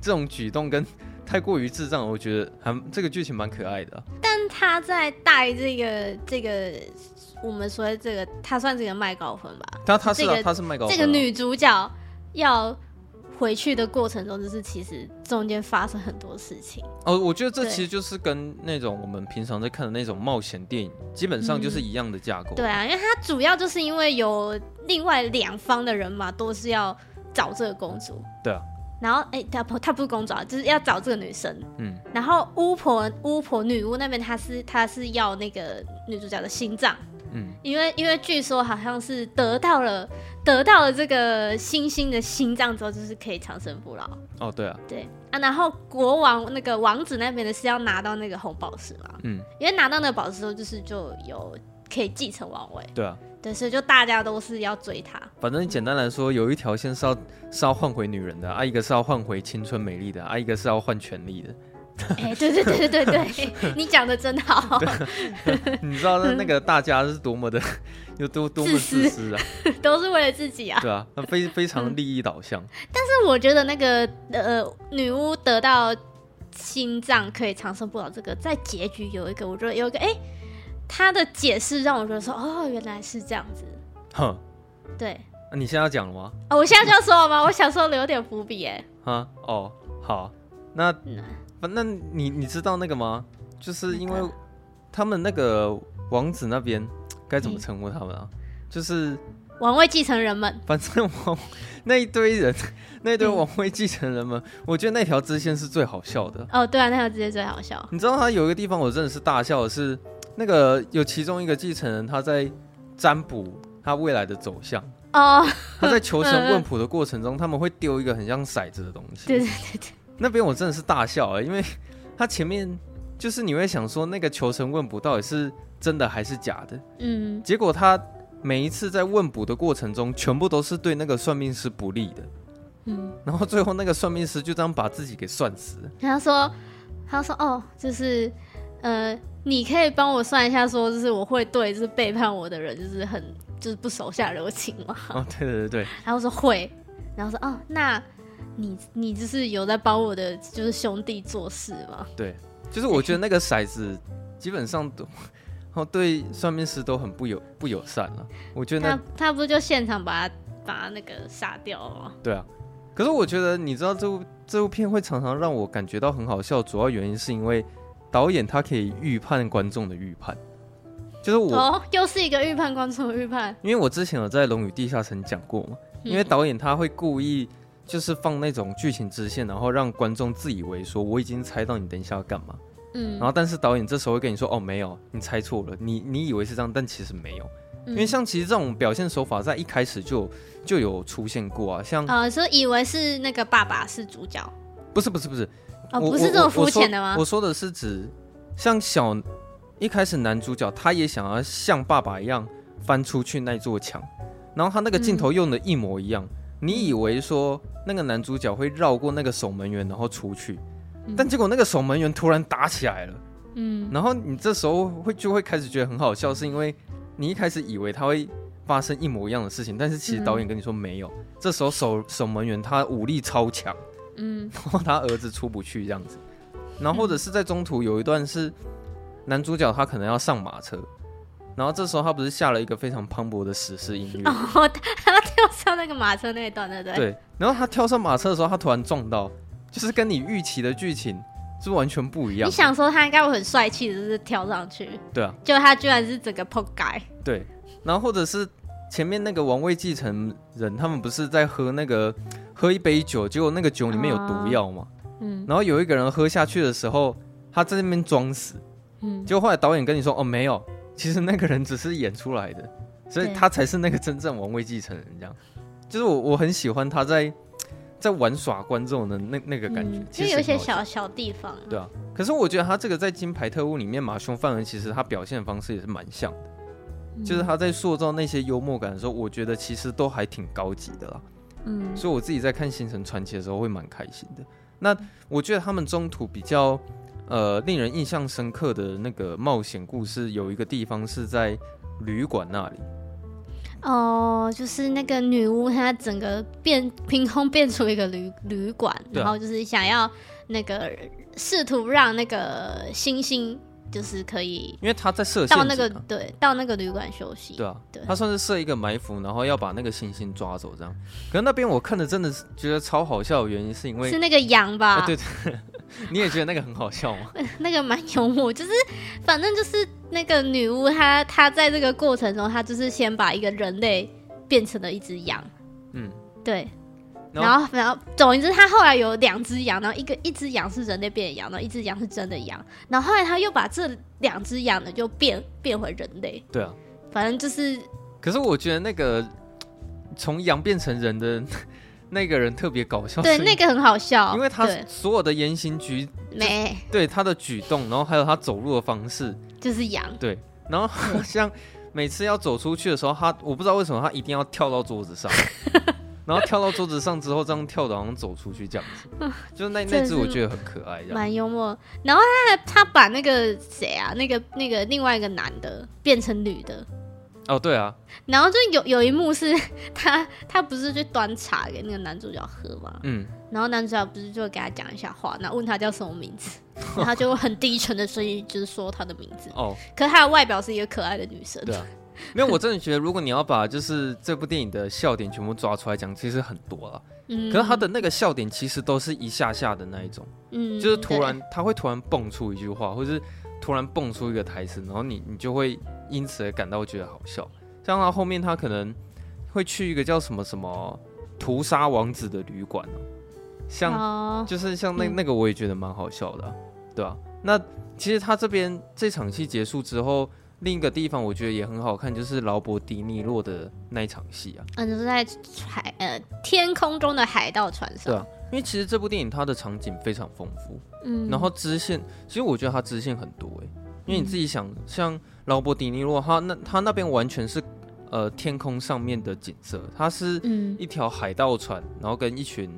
[SPEAKER 2] 这种举动跟太过于智障，我觉得还这个剧情蛮可爱的啊、
[SPEAKER 1] 但他在带这个这个我们说的这个，他算是一个卖高分吧。
[SPEAKER 2] 他他是、啊
[SPEAKER 1] 这个
[SPEAKER 2] 他是麦高芬啊、
[SPEAKER 1] 这个女主角要回去的过程中，就是其实中间发生很多事情。
[SPEAKER 2] 哦，我觉得这
[SPEAKER 1] 对
[SPEAKER 2] 其实就是跟那种我们平常在看的那种冒险电影，基本上就是一样的架构。
[SPEAKER 1] 嗯对啊，因为她主要就是因为有另外两方的人嘛，都是要找这个公主。
[SPEAKER 2] 对啊，
[SPEAKER 1] 然后，哎、她不，她不是公主啊，就是要找这个女生。
[SPEAKER 2] 嗯，
[SPEAKER 1] 然后巫婆、巫婆、女巫那边，她是她是要那个女主角的心脏，
[SPEAKER 2] 嗯，
[SPEAKER 1] 因为因为据说好像是得到了得到了这个星星的心脏之后，就是可以长生不老。
[SPEAKER 2] 哦，对啊，
[SPEAKER 1] 对啊，然后国王那个王子那边的是要拿到那个红宝石嘛，
[SPEAKER 2] 嗯，
[SPEAKER 1] 因为拿到那个宝石之后，就是就有可以继承王位，
[SPEAKER 2] 对啊，
[SPEAKER 1] 对，所以就大家都是要追他。
[SPEAKER 2] 反正简单来说，有一条线是要是要换回女人的，啊，一个是要换回青春美丽的，啊，一个是要换权力 的。
[SPEAKER 1] 哎、对对对对对对，你讲的真好，
[SPEAKER 2] 你知道那那个大家是多 么的有多多么自
[SPEAKER 1] 自
[SPEAKER 2] 私啊？
[SPEAKER 1] 都是为了自己啊。
[SPEAKER 2] 对啊，那非非常利益导向。
[SPEAKER 1] 但我觉得那个呃，女巫得到心脏可以长生不老，这个在结局有一个，我觉得有一个哎，她的解释让我觉得说哦，原来是这样子。
[SPEAKER 2] 哼，
[SPEAKER 1] 对
[SPEAKER 2] 那你现在要讲了吗？
[SPEAKER 1] 哦，我现在就要说了吗？我想说留点伏笔哎。
[SPEAKER 2] 啊，哦，好，那
[SPEAKER 1] 嗯
[SPEAKER 2] 反正你你知道那个吗？就是因
[SPEAKER 1] 哪
[SPEAKER 2] 为
[SPEAKER 1] 个
[SPEAKER 2] 他们那个王子那边该
[SPEAKER 1] 嗯
[SPEAKER 2] 怎么称呼他们啊？就是
[SPEAKER 1] 王位继承人们，
[SPEAKER 2] 反正王那一堆人，那一堆
[SPEAKER 1] 嗯
[SPEAKER 2] 王位继承人们，我觉得那条支线是最好笑的。
[SPEAKER 1] 哦，对啊，那条直接最好笑。
[SPEAKER 2] 你知道他有一个地方我真的是大笑的是，那个有其中一个继承人他在占卜他未来的走向，
[SPEAKER 1] 哦，
[SPEAKER 2] 他在求神
[SPEAKER 1] 嗯嗯
[SPEAKER 2] 问卜的过程中，他们会丢一个很像骰子的东西。
[SPEAKER 1] 对对对对，
[SPEAKER 2] 那边我真的是大笑啊、因为 他前面就是你会想说那个求神问卜到底是真的还是假的，
[SPEAKER 1] 嗯，
[SPEAKER 2] 结果他每一次在问卜的过程中，全部都是对那个算命师不利的。
[SPEAKER 1] 嗯，
[SPEAKER 2] 然后最后那个算命师就这样把自己给算死了。
[SPEAKER 1] 他说，他说哦，就是呃，你可以帮我算一下，说就是我会对就是背叛我的人，就是很就是不手下留情吗？
[SPEAKER 2] 哦，对对对对，
[SPEAKER 1] 然后说会，然后说哦，那你你就是有在帮我的就是兄弟做事吗？
[SPEAKER 2] 就是我觉得那个骰子基本上都， 然后对算命师都很不友不友善了、我觉得那
[SPEAKER 1] 他他不就现场把他把他那个杀掉了吗？
[SPEAKER 2] 对啊，可是我觉得你知道这部这部片会常常让我感觉到很好笑，主要原因是因为导演他可以预判观众的预判，就是我、
[SPEAKER 1] 哦，又是一个预判观众的预判，
[SPEAKER 2] 因为我之前有在《龙与地下城》讲过嘛，因为
[SPEAKER 1] 嗯
[SPEAKER 2] 导演他会故意就是放那种剧情支线，然后让观众自以为说我已经猜到你等一下要干嘛，
[SPEAKER 1] 嗯
[SPEAKER 2] 然后但是导演这时候会跟你说哦没有，你猜错了，你你以为是这样，但其实没有，
[SPEAKER 1] 嗯
[SPEAKER 2] 因为像其实这种表现手法在一开始就就有出现过啊，像、
[SPEAKER 1] 呃，说以为是那个爸爸是主角，
[SPEAKER 2] 不是不是不是。
[SPEAKER 1] 哦，
[SPEAKER 2] 我
[SPEAKER 1] 不是这种肤浅的吗
[SPEAKER 2] 我我？我说？我说的是指像小一开始男主角他也想要像爸爸一样翻出去那座墙，然后他那个镜头
[SPEAKER 1] 嗯
[SPEAKER 2] 用的一模一样。你以为说那个男主角会绕过那个守门员然后出去，
[SPEAKER 1] 嗯
[SPEAKER 2] 但结果那个守门员突然打起来了，
[SPEAKER 1] 嗯，
[SPEAKER 2] 然后你这时候会就会开始觉得很好笑，是因为你一开始以为他会。发生一模一样的事情，但是其实
[SPEAKER 1] 嗯
[SPEAKER 2] 导演跟你说没有。这时候守守门员他武力超强，
[SPEAKER 1] 嗯
[SPEAKER 2] 然后他儿子出不去这样子。然后或者是在中途有一段是男主角他可能要上马车，然后这时候他不是下了一个非常磅礴的史诗音乐，
[SPEAKER 1] 哦，他要跳上那个马车那一段，对不对？
[SPEAKER 2] 对，然后他跳上马车的时候，他突然撞到，就是跟你预期的剧情是完全不一样
[SPEAKER 1] 你。想说他应该会很帅气，就是跳上去，
[SPEAKER 2] 对啊，
[SPEAKER 1] 就他居然是整个破盖。
[SPEAKER 2] 对，然后或者是前面那个王位继承人，他们不是在喝那个喝一杯酒，结果那个酒里面有毒药嘛，
[SPEAKER 1] 嗯
[SPEAKER 2] 然后有一个人喝下去的时候，他在那边装死，
[SPEAKER 1] 嗯，
[SPEAKER 2] 结果后来导演跟你说，哦，没有，其实那个人只是演出来的，所以
[SPEAKER 1] 对
[SPEAKER 2] 他才是那个真正王位继承人。这样，就是我我很喜欢他在在玩耍观众的那那个感觉，
[SPEAKER 1] 嗯
[SPEAKER 2] 其
[SPEAKER 1] 就
[SPEAKER 2] 实
[SPEAKER 1] 有一些
[SPEAKER 2] 很好笑。
[SPEAKER 1] 小小地方，
[SPEAKER 2] 对啊，可是我觉得他这个在《金牌特务》里面，马修·范恩其实他表现的方式也是蛮像
[SPEAKER 1] 嗯
[SPEAKER 2] 的，就是他在塑造那些幽默感的时候，我觉得其实都还挺高级的啦。
[SPEAKER 1] 嗯
[SPEAKER 2] 所以我自己在看《星辰传奇》的时候会蛮开心的。那我觉得他们中途比较呃令人印象深刻的那个冒险故事，有一个地方是在旅馆那里。
[SPEAKER 1] 哦，就是那个女巫，她整个变凭空变出一个旅旅馆，
[SPEAKER 2] 对啊
[SPEAKER 1] 然后就是想要那个试图让那个星星就是可以
[SPEAKER 2] 因为他在设陷阱、
[SPEAKER 1] 到
[SPEAKER 2] 啊，
[SPEAKER 1] 那个对到那个旅馆休息。
[SPEAKER 2] 对啊
[SPEAKER 1] 对，
[SPEAKER 2] 他算是设一个埋伏，然后要把那个星星抓走这样。可是那边我看的真的是觉得超好笑的原因，是因为
[SPEAKER 1] 是那个羊吧？
[SPEAKER 2] 啊对， 你也觉得那个很好笑吗？
[SPEAKER 1] 那个蛮幽默，就是反正就是那个女巫她她在这个过程中，她就是先把一个人类变成了一只羊，
[SPEAKER 2] 嗯，
[SPEAKER 1] 对。
[SPEAKER 2] 然
[SPEAKER 1] 然后，然后，总而言之，她后来有两只羊，然后一个一只羊是人类变的羊，然后一只羊是真的羊，然后后来她又把这两只羊呢就变变回人类，
[SPEAKER 2] 对啊。
[SPEAKER 1] 反正就是
[SPEAKER 2] 可是我觉得那个从羊变成人的 那个人特别搞笑，
[SPEAKER 1] 对
[SPEAKER 2] 是
[SPEAKER 1] 那个很好笑，
[SPEAKER 2] 因为他
[SPEAKER 1] 对
[SPEAKER 2] 所有的言行举
[SPEAKER 1] 没
[SPEAKER 2] 对他的举动，然后还有他走路的方式，
[SPEAKER 1] 就是羊，
[SPEAKER 2] 然后好像每次要走出去的时候，他我不知道为什么他一定要跳到 桌子上，然后跳到桌子上之后，这样跳的好像走出去这样 子，就是那
[SPEAKER 1] 真
[SPEAKER 2] 那
[SPEAKER 1] 的
[SPEAKER 2] 只
[SPEAKER 1] 是
[SPEAKER 2] 我觉得很可爱，这样
[SPEAKER 1] 蛮幽默。然后他还他把那个谁啊，那个那个另外一个男的变成女的，
[SPEAKER 2] 哦对啊，
[SPEAKER 1] 然后就有有一幕是 他他不是去端茶给那个男主角喝嘛，
[SPEAKER 2] 嗯，
[SPEAKER 1] 然后男主角不是就给他讲一下话，然后问他叫什么名 字，然后他就很低沉的声音就是说他的名字，
[SPEAKER 2] 哦
[SPEAKER 1] 可是他的外表是一个可爱的女生，
[SPEAKER 2] 对啊，没有，我真的觉得如果你要把就是这部电影的笑点全部抓出来讲，其实很多了，
[SPEAKER 1] 嗯
[SPEAKER 2] 可是他的那个笑点其实都是一下下的那一种。
[SPEAKER 1] 嗯
[SPEAKER 2] 就是突然他会突然蹦出一句话，或是突然蹦出一个台词，然后你你就会因此而感到觉得好笑。像他后面他可能会去一个叫什么什么屠杀王子的旅馆哦、
[SPEAKER 1] 对
[SPEAKER 2] 像、
[SPEAKER 1] 哦，
[SPEAKER 2] 就是像那
[SPEAKER 1] 嗯
[SPEAKER 2] 那个我也觉得蛮好笑的啊、对吧、那其实他这边这场戏结束之后，另一个地方我觉得也很好看，就是劳勃迪尼洛的那一场戏啊，
[SPEAKER 1] 嗯，就是在海呃天空中的海盗船
[SPEAKER 2] 对
[SPEAKER 1] 上，
[SPEAKER 2] 啊，因为其实这部电影它的场景非常丰富，
[SPEAKER 1] 嗯，
[SPEAKER 2] 然后支线，其实我觉得它支线很多哎、因为你自己想，像劳勃迪尼洛，他那他那边完全是呃天空上面的景色，它是
[SPEAKER 1] 嗯
[SPEAKER 2] 一条海盗船，然后跟一群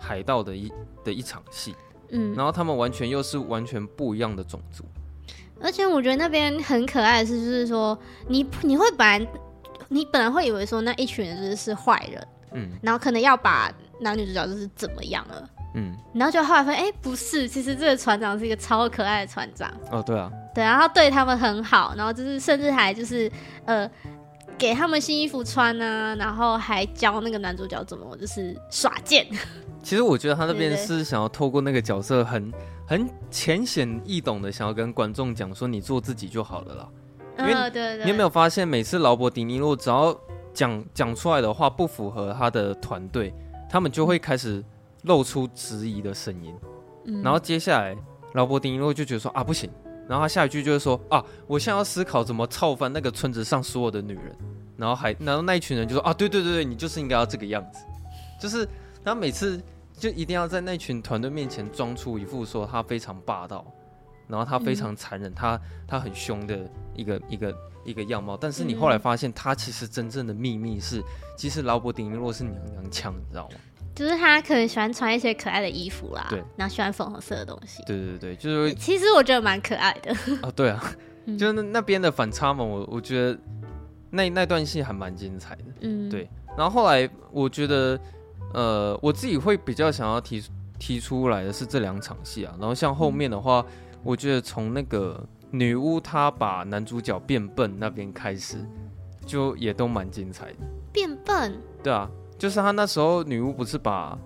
[SPEAKER 2] 海盗的一的一场戏，
[SPEAKER 1] 嗯，
[SPEAKER 2] 然后他们完全又是完全不一样的种族，
[SPEAKER 1] 而且我觉得那边很可爱的是，就是说你你会本来你本来会以为说那一群人就是是坏人。
[SPEAKER 2] 嗯
[SPEAKER 1] 然后可能要把男女主角就是怎么样了，
[SPEAKER 2] 嗯，
[SPEAKER 1] 然后就后来发现，哎，不是，其实这个船长是一个超可爱的船长，
[SPEAKER 2] 哦对啊，
[SPEAKER 1] 对，然后对他们很好，然后就是甚至还就是呃给他们新衣服穿啊，然后还教那个男主角怎么就是耍剑，
[SPEAKER 2] 其实我觉得他那边
[SPEAKER 1] 对对
[SPEAKER 2] 是想要透过那个角色很很浅显易懂的，想要跟观众讲说你做自己就好了啦。 因为
[SPEAKER 1] 嗯，对对，
[SPEAKER 2] 你有没有发现，每次劳勃迪尼洛只要讲讲出来的话不符合他的团队，他们就会开始露出质疑的声音。
[SPEAKER 1] 嗯
[SPEAKER 2] 然后接下来，劳勃迪尼洛就觉得说啊不行，然后他下一句就会说啊，我现在要思考怎么操翻那个村子上所有的女人。然后还，然后那一群人就说啊，对对对对，你就是应该要这个样子，就是他每次就一定要在那群团队面前装出一副说他非常霸道，然后他非常残忍，他他很凶的一个一个一个样貌。但是你后来发现，他其实真正的秘密是，其实劳勃迪尼洛是娘娘腔，你知道吗？
[SPEAKER 1] 就是他可能喜欢穿一些可爱的衣服啦，
[SPEAKER 2] 对，
[SPEAKER 1] 然后喜欢粉红色的东西，
[SPEAKER 2] 对对对，就是会
[SPEAKER 1] 其实我觉得蛮可爱的，
[SPEAKER 2] 啊，对啊，
[SPEAKER 1] 嗯
[SPEAKER 2] 就是那那边的反差萌，我我觉得那那段戏还蛮精彩的。
[SPEAKER 1] 嗯，
[SPEAKER 2] 对然后后来我觉得，呃，我自己会比较想要提提出来的是这两场戏啊。然后像后面的话，我觉得从那个女巫她把男主角变笨那边开始，就也都蛮精彩的。
[SPEAKER 1] 变笨，
[SPEAKER 2] 对啊，就是她那时候女巫不是把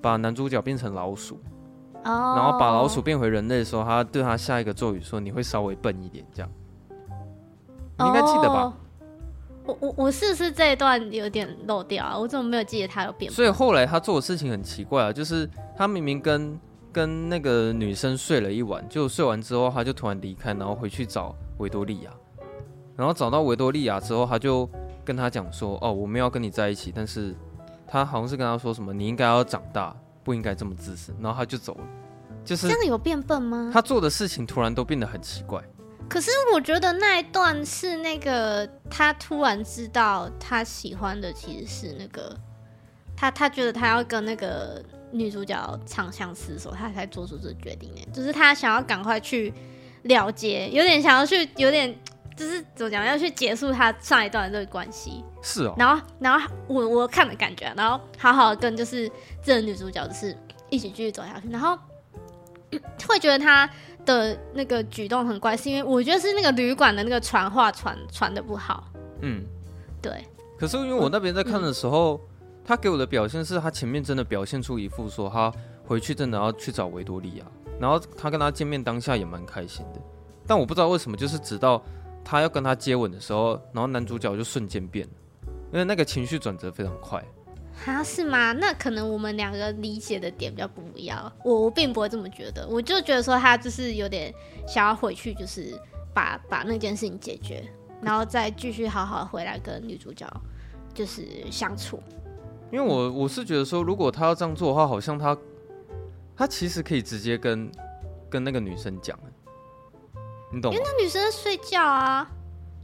[SPEAKER 2] 把男主角变成老鼠，
[SPEAKER 1] 哦，
[SPEAKER 2] 然后把老鼠，变回人类的时候，她对他下一个咒语说：“你会稍微笨一点。”这样，你应该记得吧？
[SPEAKER 1] 哦我我我是不是这一段有点漏掉啊？我怎么没有记得他有变笨？
[SPEAKER 2] 所以后来他做的事情很奇怪啊，就是他明明跟跟那个女生睡了一晚，就睡完之后他就突然离开，然后回去找维多利亚，然后找到维多利亚之后，他就跟他讲说：“哦，我们要跟你在一起。”但是他好像是跟他说什么：“你应该要长大，不应该这么自私。”然后他就走了，就是
[SPEAKER 1] 这样有变笨吗？
[SPEAKER 2] 他做的事情突然都变得很奇怪。
[SPEAKER 1] 可是我觉得那一段是那个他突然知道他喜欢的其实是那个他他觉得他要跟那个女主角长相厮守，他才做出这个决定诶，就是他想要赶快去了解，有点想要去，有点就是怎么讲，要去结束他上一段的这个关系。
[SPEAKER 2] 是哦，
[SPEAKER 1] 然后，然后我我看的感觉啊，然后好好地跟就是这个女主角就是一起继续走下去，然后嗯会觉得她的那个举动很怪，是因为我觉得是那个旅馆的那个传话传传的不好，
[SPEAKER 2] 嗯。
[SPEAKER 1] 对，
[SPEAKER 2] 可是因为我那边在看的时候，他给我的表现是他前面真的表现出一副说他回去真的要去找维多利亚，然后他跟他见面当下也蛮开心的，但我不知道为什么，就是直到他要跟他接吻的时候，然后男主角就瞬间变了，因为那个情绪转折非常快。
[SPEAKER 1] 啊是吗？那可能我们两个理解的点比较不一样，我我并不会这么觉得，我就觉得说她就是有点想要回去，就是把把那件事情解决，然后再继续好好地回来跟女主角就是相处。
[SPEAKER 2] 因为我我是觉得说，如果他要这样做的话，好像他他其实可以直接跟跟那个女生讲，你懂吗？
[SPEAKER 1] 那女生在睡觉啊，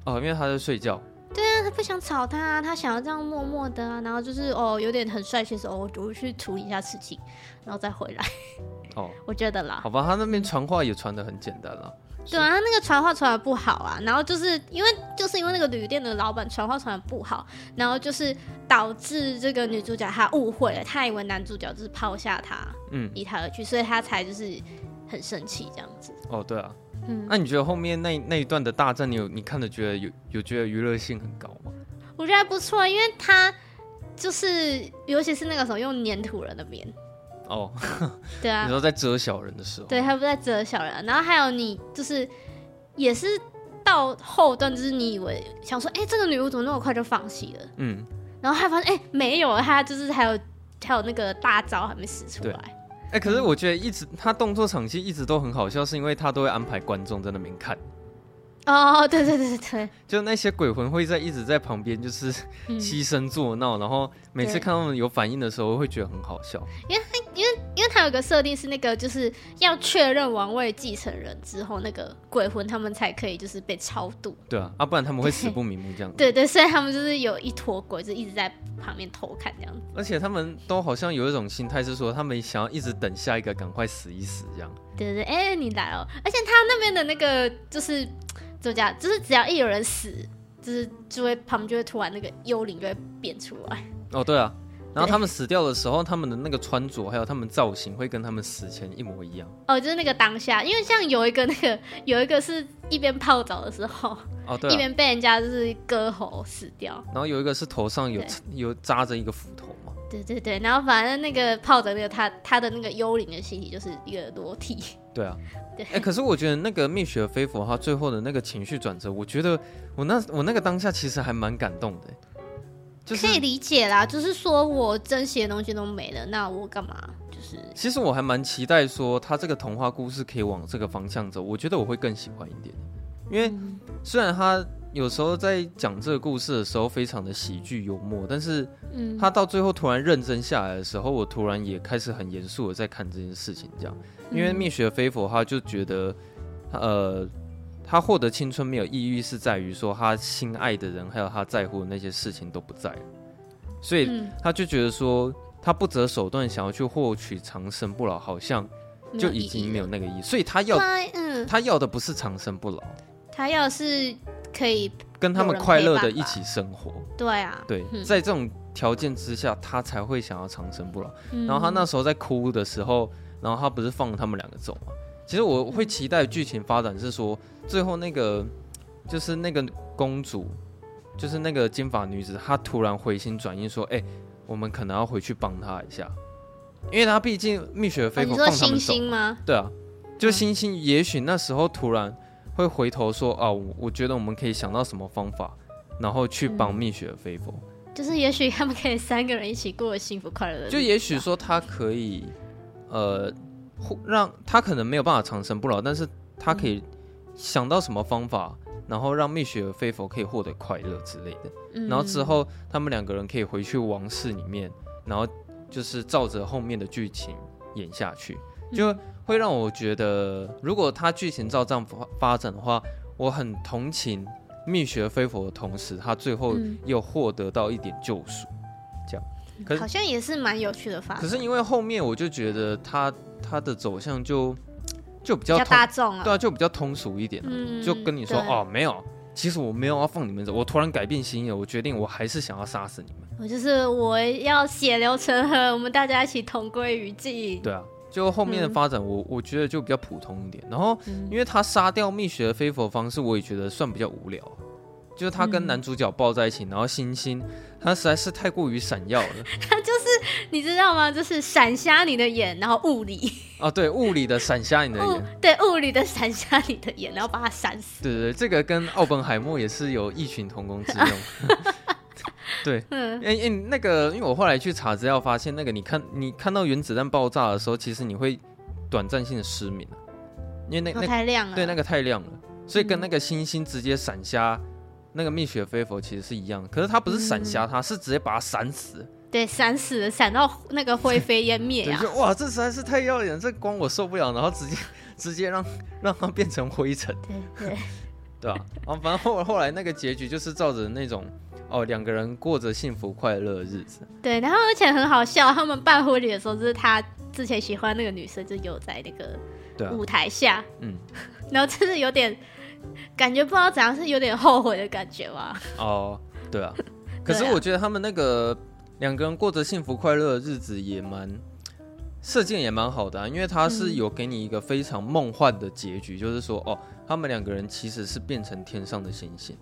[SPEAKER 2] 哦，因为他在睡觉。
[SPEAKER 1] 但她不想吵他、啊，她想要这样默默的啊，然后就是哦，有点很帅气的时候，我我去处理一下事情，然后再回来，
[SPEAKER 2] 哦，
[SPEAKER 1] 我觉得啦
[SPEAKER 2] 好，吧，他那边传话也传的很简单了。
[SPEAKER 1] 对啊，她那个传话传的不好啊，然后就是因为就是因为那个旅店的老板传话传的不好，然后就是导致这个女主角她误会了，她以为男主角就是抛下她，
[SPEAKER 2] 嗯，
[SPEAKER 1] 离她而去，所以她才就是很生气这样子。
[SPEAKER 2] 哦，对啊，
[SPEAKER 1] 嗯
[SPEAKER 2] 那、你觉得后面那那一段的大战，你有你看的觉得有有觉得娱乐性很高吗？
[SPEAKER 1] 我觉得还不错，因为她就是尤其是那个时候用粘土人的面，
[SPEAKER 2] 哦，
[SPEAKER 1] 对啊
[SPEAKER 2] 你，说在遮小人的时候，
[SPEAKER 1] 对，他不在折小人啊、然后还有你就是也是到后段，就是你以为想说，哎、这个女巫怎么那么快就放弃了？
[SPEAKER 2] 嗯，
[SPEAKER 1] 然后还发现，哎、没有，她就是还有还有那个大招还没使出来。
[SPEAKER 2] 哎、可是我觉得一直他动作场戏一直都很好笑，是因为他都会安排观众在那边看，
[SPEAKER 1] 哦，对对对对对，
[SPEAKER 2] 就那些鬼魂会在一直在旁边就是
[SPEAKER 1] 嗯，
[SPEAKER 2] 牺牲作闹，然后每次
[SPEAKER 1] 对
[SPEAKER 2] 看他们有反应的时候会觉得很好笑。
[SPEAKER 1] 因为它有个设定是那个就是要确认王位继承人之后，那个鬼魂他们才可以就是被超度。
[SPEAKER 2] 对啊，啊，不然他们会死不瞑目这样子。
[SPEAKER 1] 对对，所以他们就是有一坨鬼就一直在旁边偷看这样子。
[SPEAKER 2] 而且他们都好像有一种心态是说，他们想要一直等下一个赶快死一死这样。
[SPEAKER 1] 对对，对哎、你来哦！而且他那边的那个就是怎么讲，就是只要一有人死，就是就会旁边就会突然那个幽灵就会变出来。
[SPEAKER 2] 哦，对啊。然后
[SPEAKER 1] 对
[SPEAKER 2] 他们死掉的时候，他们的那个穿着还有他们造型会跟他们死前一模一样。
[SPEAKER 1] 哦，就是那个当下，因为像有一个那个 有一个是一边泡澡的时候，
[SPEAKER 2] 哦， 对、
[SPEAKER 1] 一
[SPEAKER 2] 啊。
[SPEAKER 1] 边被人家就是割喉死掉。
[SPEAKER 2] 然后有一个是头上有
[SPEAKER 1] 对
[SPEAKER 2] 有扎着一个斧头嘛。
[SPEAKER 1] 对对对，然后反正那个泡着那个他他的那个幽灵的形体就是一个裸体。
[SPEAKER 2] 对啊。
[SPEAKER 1] 对
[SPEAKER 2] 哎、可是我觉得那个蜜雪儿菲佛他最后的那个情绪转折，我觉得我那我那个当下其实还蛮感动的，欸就是
[SPEAKER 1] 可以理解啦，就是说我珍惜的东西都没了，那我干嘛？就是
[SPEAKER 2] 其实我还蛮期待说他这个童话故事可以往这个方向走，我觉得我会更喜欢一点，因为
[SPEAKER 1] 嗯
[SPEAKER 2] 虽然他有时候在讲这个故事的时候非常的喜剧幽默，但是
[SPEAKER 1] 嗯，
[SPEAKER 2] 他到最后突然认真下来的时候，我突然也开始很严肃的在看这件事情，这样，因为
[SPEAKER 1] 嗯
[SPEAKER 2] 蜜雪菲佛他就觉得，呃，他获得青春没有意义是在于说他心爱的人还有他在乎的那些事情都不在了，所以
[SPEAKER 1] 嗯
[SPEAKER 2] 他就觉得说他不择手段想要去获取长生不老，好像就已经没有那个意义，所以他要
[SPEAKER 1] 对，嗯，
[SPEAKER 2] 他要的不是长生不老，
[SPEAKER 1] 他要是可以，
[SPEAKER 2] 跟他
[SPEAKER 1] 有
[SPEAKER 2] 们
[SPEAKER 1] 人
[SPEAKER 2] 快
[SPEAKER 1] 陪
[SPEAKER 2] 乐
[SPEAKER 1] 伴
[SPEAKER 2] 的
[SPEAKER 1] 吧
[SPEAKER 2] 一起生活。
[SPEAKER 1] 对啊，
[SPEAKER 2] 对，
[SPEAKER 1] 嗯
[SPEAKER 2] 在这种条件之下，他才会想要长生不老。
[SPEAKER 1] 嗯
[SPEAKER 2] 然后他那时候在哭的时候，然后他不是放他们两个走嘛？其实我会期待剧情发展是说，最后那个就是那个公主，就是那个金发女子，她突然回心转意说：“哎、我们可能要回去帮她一下，因为她毕竟蜜雪儿
[SPEAKER 1] 哦
[SPEAKER 2] 飞
[SPEAKER 1] 你
[SPEAKER 2] 狗
[SPEAKER 1] 说
[SPEAKER 2] 放他
[SPEAKER 1] 星
[SPEAKER 2] 们走，
[SPEAKER 1] 星吗？
[SPEAKER 2] 对啊，就
[SPEAKER 1] 嗯
[SPEAKER 2] 星星也许那时候突然会回头说：啊，我我觉得我们可以想到什么方法，然后去帮
[SPEAKER 1] 嗯
[SPEAKER 2] 蜜雪儿飞佛。
[SPEAKER 1] 就是也许他们可以三个人一起过得幸福快乐的日子啊，
[SPEAKER 2] 就也许说他可以，呃，互让他可能没有办法长生不老，但是他可以想到什么方法，然后让蜜雪儿菲佛可以获得快乐之类的。
[SPEAKER 1] 嗯，
[SPEAKER 2] 然后之后他们两个人可以回去王室里面，然后就是照着后面的剧情演下去，就
[SPEAKER 1] 嗯
[SPEAKER 2] 会让我觉得，如果他剧情照这样发发展的话，我很同情蜜雪儿菲佛的同时，他最后
[SPEAKER 1] 嗯
[SPEAKER 2] 又获得到一点救赎。可是
[SPEAKER 1] 好像也是蛮有趣的发
[SPEAKER 2] 可
[SPEAKER 1] 明，
[SPEAKER 2] 是因为后面我就觉得他他的走向就就比较
[SPEAKER 1] 比较
[SPEAKER 2] 通，
[SPEAKER 1] 大众
[SPEAKER 2] 对
[SPEAKER 1] 啊，
[SPEAKER 2] 啊，就比较通俗一点、啊，
[SPEAKER 1] 嗯
[SPEAKER 2] 就跟你说
[SPEAKER 1] 对
[SPEAKER 2] 哦，没有，其实我没有要放你们走，我突然改变心意了，我决定我还是想要杀死你们。
[SPEAKER 1] 我就是我要血流成河，我们大家一起同归于尽。
[SPEAKER 2] 对啊，就后面的发
[SPEAKER 1] 嗯
[SPEAKER 2] 展我，我、觉得就比较普通一点。然后，因为他杀掉蜜雪的飞佛方式，我也觉得算比较无聊。就是他
[SPEAKER 1] 嗯
[SPEAKER 2] 跟男主角抱在一起，然后星星，他实在是太过于闪耀了
[SPEAKER 1] 你知道吗？就是闪瞎你的眼，然后物理
[SPEAKER 2] 啊！对，物理的闪瞎你 的
[SPEAKER 1] 物
[SPEAKER 2] 眼，
[SPEAKER 1] 对物理的闪瞎你的眼，然后把它闪死。
[SPEAKER 2] 对对对，这个跟奥本海默也是有异曲同工之 用。对，
[SPEAKER 1] 嗯，
[SPEAKER 2] 因因那个，因为我后来去查资料发现，那个你看你看到原子弹爆炸的时候，其实你会短暂性的失明，因为那
[SPEAKER 1] 然后
[SPEAKER 2] 那
[SPEAKER 1] 哦太亮了。嗯
[SPEAKER 2] 对，那
[SPEAKER 1] 个
[SPEAKER 2] 个太亮了，所以跟那个星星直接闪瞎那个蜜雪飞佛其实是一样，可是它不是闪瞎
[SPEAKER 1] 嗯
[SPEAKER 2] 它，是直接把它闪死。
[SPEAKER 1] 对闪死了，闪到那个灰飞烟灭
[SPEAKER 2] 对，
[SPEAKER 1] 啊！
[SPEAKER 2] 就哇，这实在是太耀眼，这光我受不了，然后直接直接让让它变成灰尘，
[SPEAKER 1] 对对，
[SPEAKER 2] 对吧、 啊？反正后后来那个结局就是照着那种哦，两个人过着幸福快乐的日子。
[SPEAKER 1] 对，然后而且很好笑，他们办婚礼的时候，就是他之前喜欢那个女生，就有在那个
[SPEAKER 2] 对啊，
[SPEAKER 1] 舞台下，
[SPEAKER 2] 嗯，
[SPEAKER 1] 然后就是有点感觉不知道怎样，是有点后悔的感觉吧？
[SPEAKER 2] 哦，对 啊。可是
[SPEAKER 1] 对啊
[SPEAKER 2] 我觉得他们那个两个人过着幸福快乐的日子也蛮设计得也蛮好的、啊，因为他是
[SPEAKER 1] 嗯
[SPEAKER 2] 有给你一个非常梦幻的结局，就是说哦，他们两个人其实是变成天上的星星。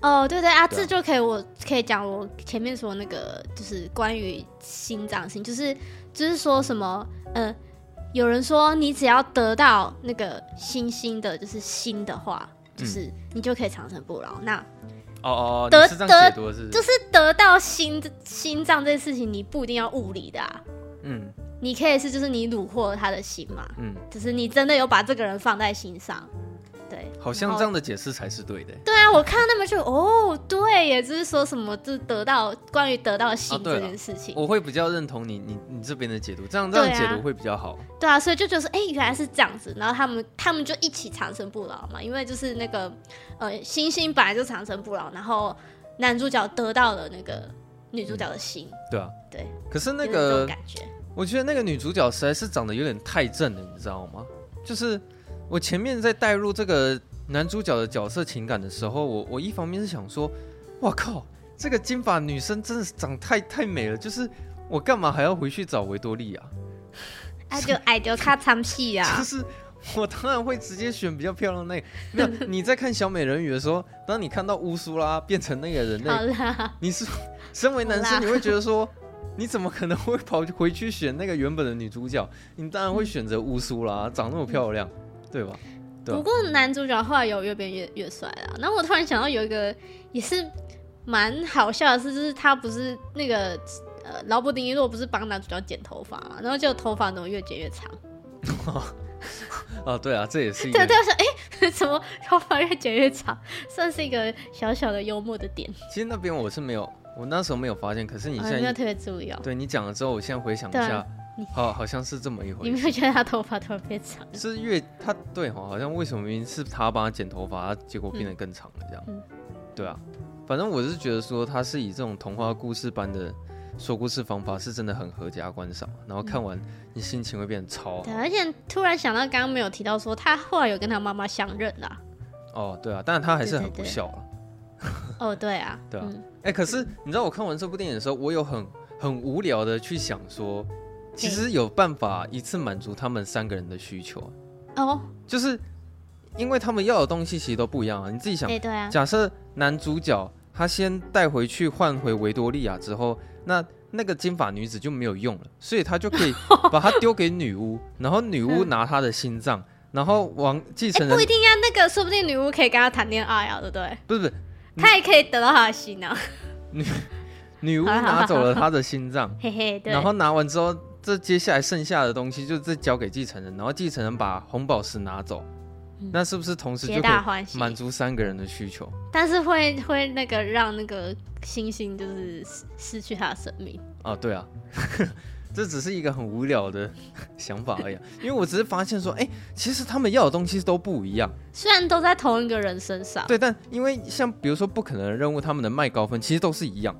[SPEAKER 1] 哦，对对啊，
[SPEAKER 2] 对啊
[SPEAKER 1] 这就可以我可以讲我前面说那个，就是关于心脏性，就是就是说什么，呃，有人说你只要得到那个星星的，就是心的话，就是
[SPEAKER 2] 嗯
[SPEAKER 1] 你就可以长生不老。那
[SPEAKER 2] 哦哦，
[SPEAKER 1] 得
[SPEAKER 2] 你是这样解读的是不？
[SPEAKER 1] 就是是得到心心脏这件事情，你不一定要物理的啊，
[SPEAKER 2] 嗯
[SPEAKER 1] 你可以是就是你虏获了他的心嘛，
[SPEAKER 2] 嗯，
[SPEAKER 1] 就是你真的有把这个人放在心上，对。
[SPEAKER 2] 好
[SPEAKER 1] 然
[SPEAKER 2] 像
[SPEAKER 1] 后
[SPEAKER 2] 这样的解释才是对的欸。
[SPEAKER 1] 对啊，我看到那么就哦，对耶，就是说什么就是得到关于得到
[SPEAKER 2] 啊
[SPEAKER 1] 心
[SPEAKER 2] 对
[SPEAKER 1] 这
[SPEAKER 2] 了
[SPEAKER 1] 件事情，
[SPEAKER 2] 我会比较认同你你你这边的解读，这样这
[SPEAKER 1] 对啊
[SPEAKER 2] 样解读会比较好。
[SPEAKER 1] 对啊，所以就觉得说，哎、原来是这样子，然后他们他们就一起长生不老嘛，因为就是那个呃星星本来就长生不老，然后男主角得到了那个女主角的心，
[SPEAKER 2] 对啊，
[SPEAKER 1] 对，
[SPEAKER 2] 可是那
[SPEAKER 1] 有点这
[SPEAKER 2] 个
[SPEAKER 1] 种感觉，
[SPEAKER 2] 我觉得那个女主角实在是长得有点太正了，你知道吗？就是我前面在带入这个男主角的角色情感的时候，我我一方面是想说，哇靠，这个金发女生真的是长太太美了，就是我干嘛还要回去找维多利亚？
[SPEAKER 1] 啊，就矮就卡唱戏
[SPEAKER 2] 就
[SPEAKER 1] 啊，
[SPEAKER 2] 是我当然会直接选比较漂亮的那个。没 有，你在看小美人鱼的时候，当你看到乌苏拉变成那个人类
[SPEAKER 1] 好，啦，
[SPEAKER 2] 你是身为男
[SPEAKER 1] 好啦
[SPEAKER 2] 生，你会觉得说，你怎么可能会跑回去选那个原本的女主角？你当然会选择乌苏啦，
[SPEAKER 1] 嗯
[SPEAKER 2] 长那么漂亮，对吧？对啊
[SPEAKER 1] 不过男主角后来有越变越越帅啦，然后我突然想到有一个也是蛮好笑的事，就是他不是那个呃劳勃迪尼洛不是帮男主角剪头发嘛，然后就头发怎么越剪越长。
[SPEAKER 2] 啊，对啊，这也是一
[SPEAKER 1] 对
[SPEAKER 2] 个
[SPEAKER 1] 对，。我想，哎、 怎么头发越剪越长？算是一个小小的幽默的点，
[SPEAKER 2] 其实那边我是没有，我那时候没有发现，可是你
[SPEAKER 1] 我、
[SPEAKER 2] 现
[SPEAKER 1] 没有
[SPEAKER 2] 在
[SPEAKER 1] 特别注意哦。
[SPEAKER 2] 对你讲了之后，我现在回想一
[SPEAKER 1] 啊对啊
[SPEAKER 2] 下
[SPEAKER 1] 你，
[SPEAKER 2] 好，好像是这么一回
[SPEAKER 1] 你
[SPEAKER 2] 事
[SPEAKER 1] 没。有觉得他头发特别长？
[SPEAKER 2] 是越他对哈，好像为什么明明是他帮他剪头发，他结果变得更长了这样。
[SPEAKER 1] 嗯
[SPEAKER 2] 对啊，反正我是觉得说他是以这种童话故事般的说故事方法，是真的很合家观赏。然后看完你心情会变得超好
[SPEAKER 1] 对，而且突然想到，刚刚没有提到说他后来有跟他妈妈相认啊啦。
[SPEAKER 2] 哦，对啊，但是他还是很
[SPEAKER 1] 对对
[SPEAKER 2] 不
[SPEAKER 1] 对
[SPEAKER 2] 孝了。
[SPEAKER 1] 哦，对啊，
[SPEAKER 2] 对啊
[SPEAKER 1] 嗯，
[SPEAKER 2] 哎、可是你知道我看完这部电影的时候，我有很很无聊的去想说，其实有办法一次满足他们三个人的需求，啊
[SPEAKER 1] 哦，
[SPEAKER 2] 就是因为他们要的东西其实都不一样啊。你自己想
[SPEAKER 1] 哎、，对啊，
[SPEAKER 2] 假设男主角他先带回去换回维多利亚之后，那那个金发女子就没有用了，所以他 就可以把它丢给女巫，然后女巫拿她的心脏，然后往
[SPEAKER 1] 嗯
[SPEAKER 2] 继
[SPEAKER 1] 哎、
[SPEAKER 2] 承人、
[SPEAKER 1] 不一定啊，那个说不定女巫可以跟他谈恋爱啊，对不对？
[SPEAKER 2] 不是不是
[SPEAKER 1] 他也可以得到他的心 啊，
[SPEAKER 2] 女巫
[SPEAKER 1] 好好好
[SPEAKER 2] 拿走了她的心脏，
[SPEAKER 1] 嘿嘿， 对，
[SPEAKER 2] 然后拿完之后，这接下来剩下的东西就再交给继承人，然后继承人把红宝石拿走，
[SPEAKER 1] 嗯
[SPEAKER 2] 那是不是同时就
[SPEAKER 1] 皆
[SPEAKER 2] 可
[SPEAKER 1] 大
[SPEAKER 2] 以
[SPEAKER 1] 欢喜，
[SPEAKER 2] 满足三个人的需求？
[SPEAKER 1] 但是会会那个让那个星星就是失失去他的生命。
[SPEAKER 2] 啊，对啊， 这只是一个很无聊的想法而已啊、因为我只是发现说，哎、其实他们要的东西都不一样，
[SPEAKER 1] 虽然都在同一个人身上，
[SPEAKER 2] 对，但因为像比如说不可能的任务，他们的麦高芬其实都是一样，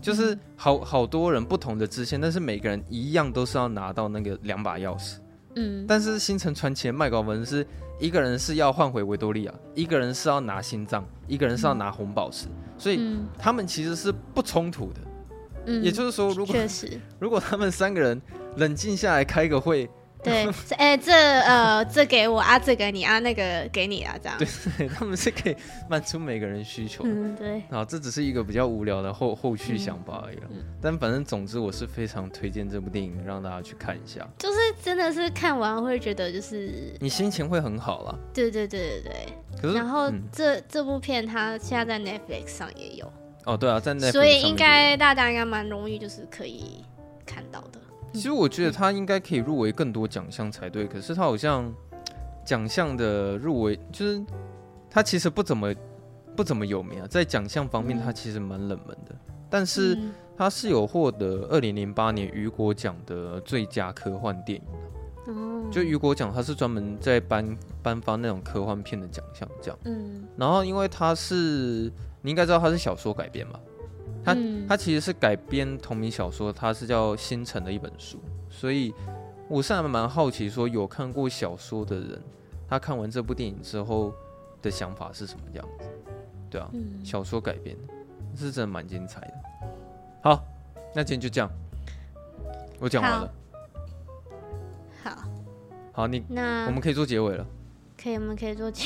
[SPEAKER 2] 就是
[SPEAKER 1] 嗯
[SPEAKER 2] 好好多人不同的支线，但是每个人一样都是要拿到那个两把钥匙。
[SPEAKER 1] 嗯，
[SPEAKER 2] 但是《星辰传奇》的麦高文是一个人是要换回维多利亚，一个人是要拿心脏，一个人是要拿红宝石，所以
[SPEAKER 1] 嗯
[SPEAKER 2] 他们其实是不冲突的。
[SPEAKER 1] 嗯，
[SPEAKER 2] 也就是说，如果
[SPEAKER 1] 确 实，
[SPEAKER 2] 如果他们三个人冷静下来开个会，
[SPEAKER 1] 对，这哎、这呃，这给我啊，这给你啊，那个给你啊，这样。
[SPEAKER 2] 他们是可以满足每个人需求的。
[SPEAKER 1] 嗯，对，
[SPEAKER 2] 啊，这只是一个比较无聊的后后续想法而已、啦。啊
[SPEAKER 1] 嗯
[SPEAKER 2] 但反正总之，我是非常推荐这部电影，让大家去看一下，
[SPEAKER 1] 就是真的是看完会觉得就是，
[SPEAKER 2] 你心情会很好啦。
[SPEAKER 1] 对对对对对。
[SPEAKER 2] 可是，
[SPEAKER 1] 然后
[SPEAKER 2] 嗯、
[SPEAKER 1] 这、这部片它现在在 Netflix 上也有，
[SPEAKER 2] 哦，对啊，在那
[SPEAKER 1] 所以应该大家应该蛮容易就是可以看到的。
[SPEAKER 2] 其实我觉得他应该可以入围更多奖项才对，可是他好像奖项的入围就是他其实不怎么不怎么有名啊，在奖项方面
[SPEAKER 1] 嗯
[SPEAKER 2] 他其实蛮冷门的，但是
[SPEAKER 1] 嗯
[SPEAKER 2] 他是有获得二零零八年雨果奖的最佳科幻电影，
[SPEAKER 1] 哦，
[SPEAKER 2] 就雨果奖他是专门在颁颁发那种科幻片的奖项这样，
[SPEAKER 1] 嗯，
[SPEAKER 2] 然后因为他是你应该知道他是小说改编嘛，他
[SPEAKER 1] 嗯
[SPEAKER 2] 它其实是改编同名小说，它是叫《星辰》的一本书，所以我是还蛮好奇，说有看过小说的人，他看完这部电影之后的想法是什么样子？对啊，
[SPEAKER 1] 嗯
[SPEAKER 2] 小说改编是真的蛮精彩的。好，那今天就这样，我讲完了。
[SPEAKER 1] 好，
[SPEAKER 2] 好，你我
[SPEAKER 1] 那
[SPEAKER 2] 们可以做结尾了。
[SPEAKER 1] 可以我们可以做结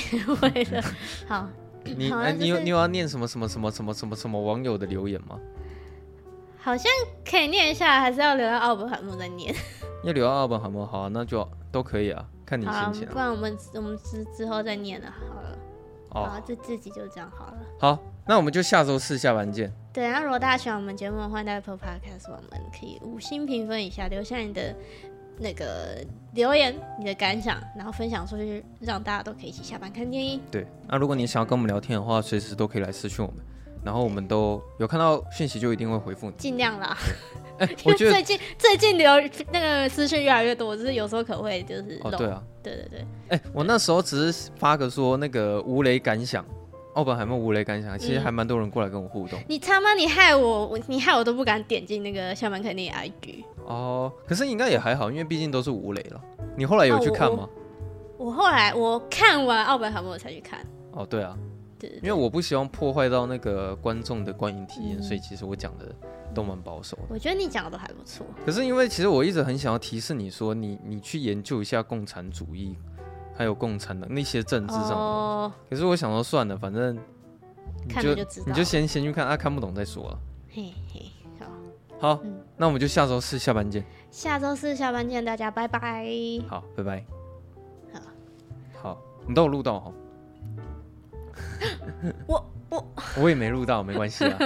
[SPEAKER 1] 尾 了。好，
[SPEAKER 2] 你
[SPEAKER 1] 好
[SPEAKER 2] 哎，
[SPEAKER 1] 那
[SPEAKER 2] 你有
[SPEAKER 1] 就是
[SPEAKER 2] 你有要念什么什么什么什么什么什么网友的留言吗？
[SPEAKER 1] 好像可以念一下，还是要留到奥本海默再念。
[SPEAKER 2] 要留到奥本海默好啊，那就都可以啊，看你
[SPEAKER 1] 好了
[SPEAKER 2] 心情，
[SPEAKER 1] 不
[SPEAKER 2] 啊。
[SPEAKER 1] 然我们我们之之后再念了好了。
[SPEAKER 2] 哦，
[SPEAKER 1] 好，这这集就这样好了。
[SPEAKER 2] 好，那我们就下周四下班见。
[SPEAKER 1] 对，那如果大家喜欢我们节目的话，在 Apple Podcast 我们可以五星评分一下，留下你的那个留言、你的感想，然后分享出去，让大家都可以一起下班看电影。
[SPEAKER 2] 对，那如果你想要跟我们聊天的话，随时都可以来私讯我们，然后我们都有看到讯息就一定会回复你。
[SPEAKER 1] 尽量啦，
[SPEAKER 2] 哎、
[SPEAKER 1] 因
[SPEAKER 2] 我
[SPEAKER 1] 为
[SPEAKER 2] 觉得
[SPEAKER 1] 最近最近留那个私讯越来越多，就是有时候可能会就是
[SPEAKER 2] 哦，
[SPEAKER 1] 漏
[SPEAKER 2] 对啊，
[SPEAKER 1] 对对对，
[SPEAKER 2] 哎、我那时候只是发个说那个无雷感想，奥本海默无雷感想，其实还
[SPEAKER 1] 嗯
[SPEAKER 2] 蛮多人过来跟我互动、
[SPEAKER 1] 你他妈你害我，我你害我都不敢点进那个下班看
[SPEAKER 2] 嗯
[SPEAKER 1] 电影 IG。
[SPEAKER 2] 哦。可是应该也还好，因为毕竟都是无雷了。你后来有去看吗？
[SPEAKER 1] 我后来我看完奥本海默我才去看，
[SPEAKER 2] 哦，对啊，
[SPEAKER 1] 对对
[SPEAKER 2] 因为我不希望破坏到那个观众的观影体验，
[SPEAKER 1] 嗯
[SPEAKER 2] 所以其实我讲的都蛮保守的。
[SPEAKER 1] 我觉得你讲的都还不错。
[SPEAKER 2] 可是因为其实我一直很想要提示你说，你你去研究一下共产主义，还有共产的那些政治上的。
[SPEAKER 1] 哦，
[SPEAKER 2] 可是我想说算了，反正你
[SPEAKER 1] 看了就知道
[SPEAKER 2] 你就先先去看，啊，看不懂再说了。
[SPEAKER 1] 嘿嘿，好。
[SPEAKER 2] 好，
[SPEAKER 1] 嗯
[SPEAKER 2] 那我们就下周四下班见。
[SPEAKER 1] 下周四下班见，大家拜拜。
[SPEAKER 2] 好，拜拜。好，你都有录到 哦，
[SPEAKER 1] 我我
[SPEAKER 2] 我也没录到，没关系啊。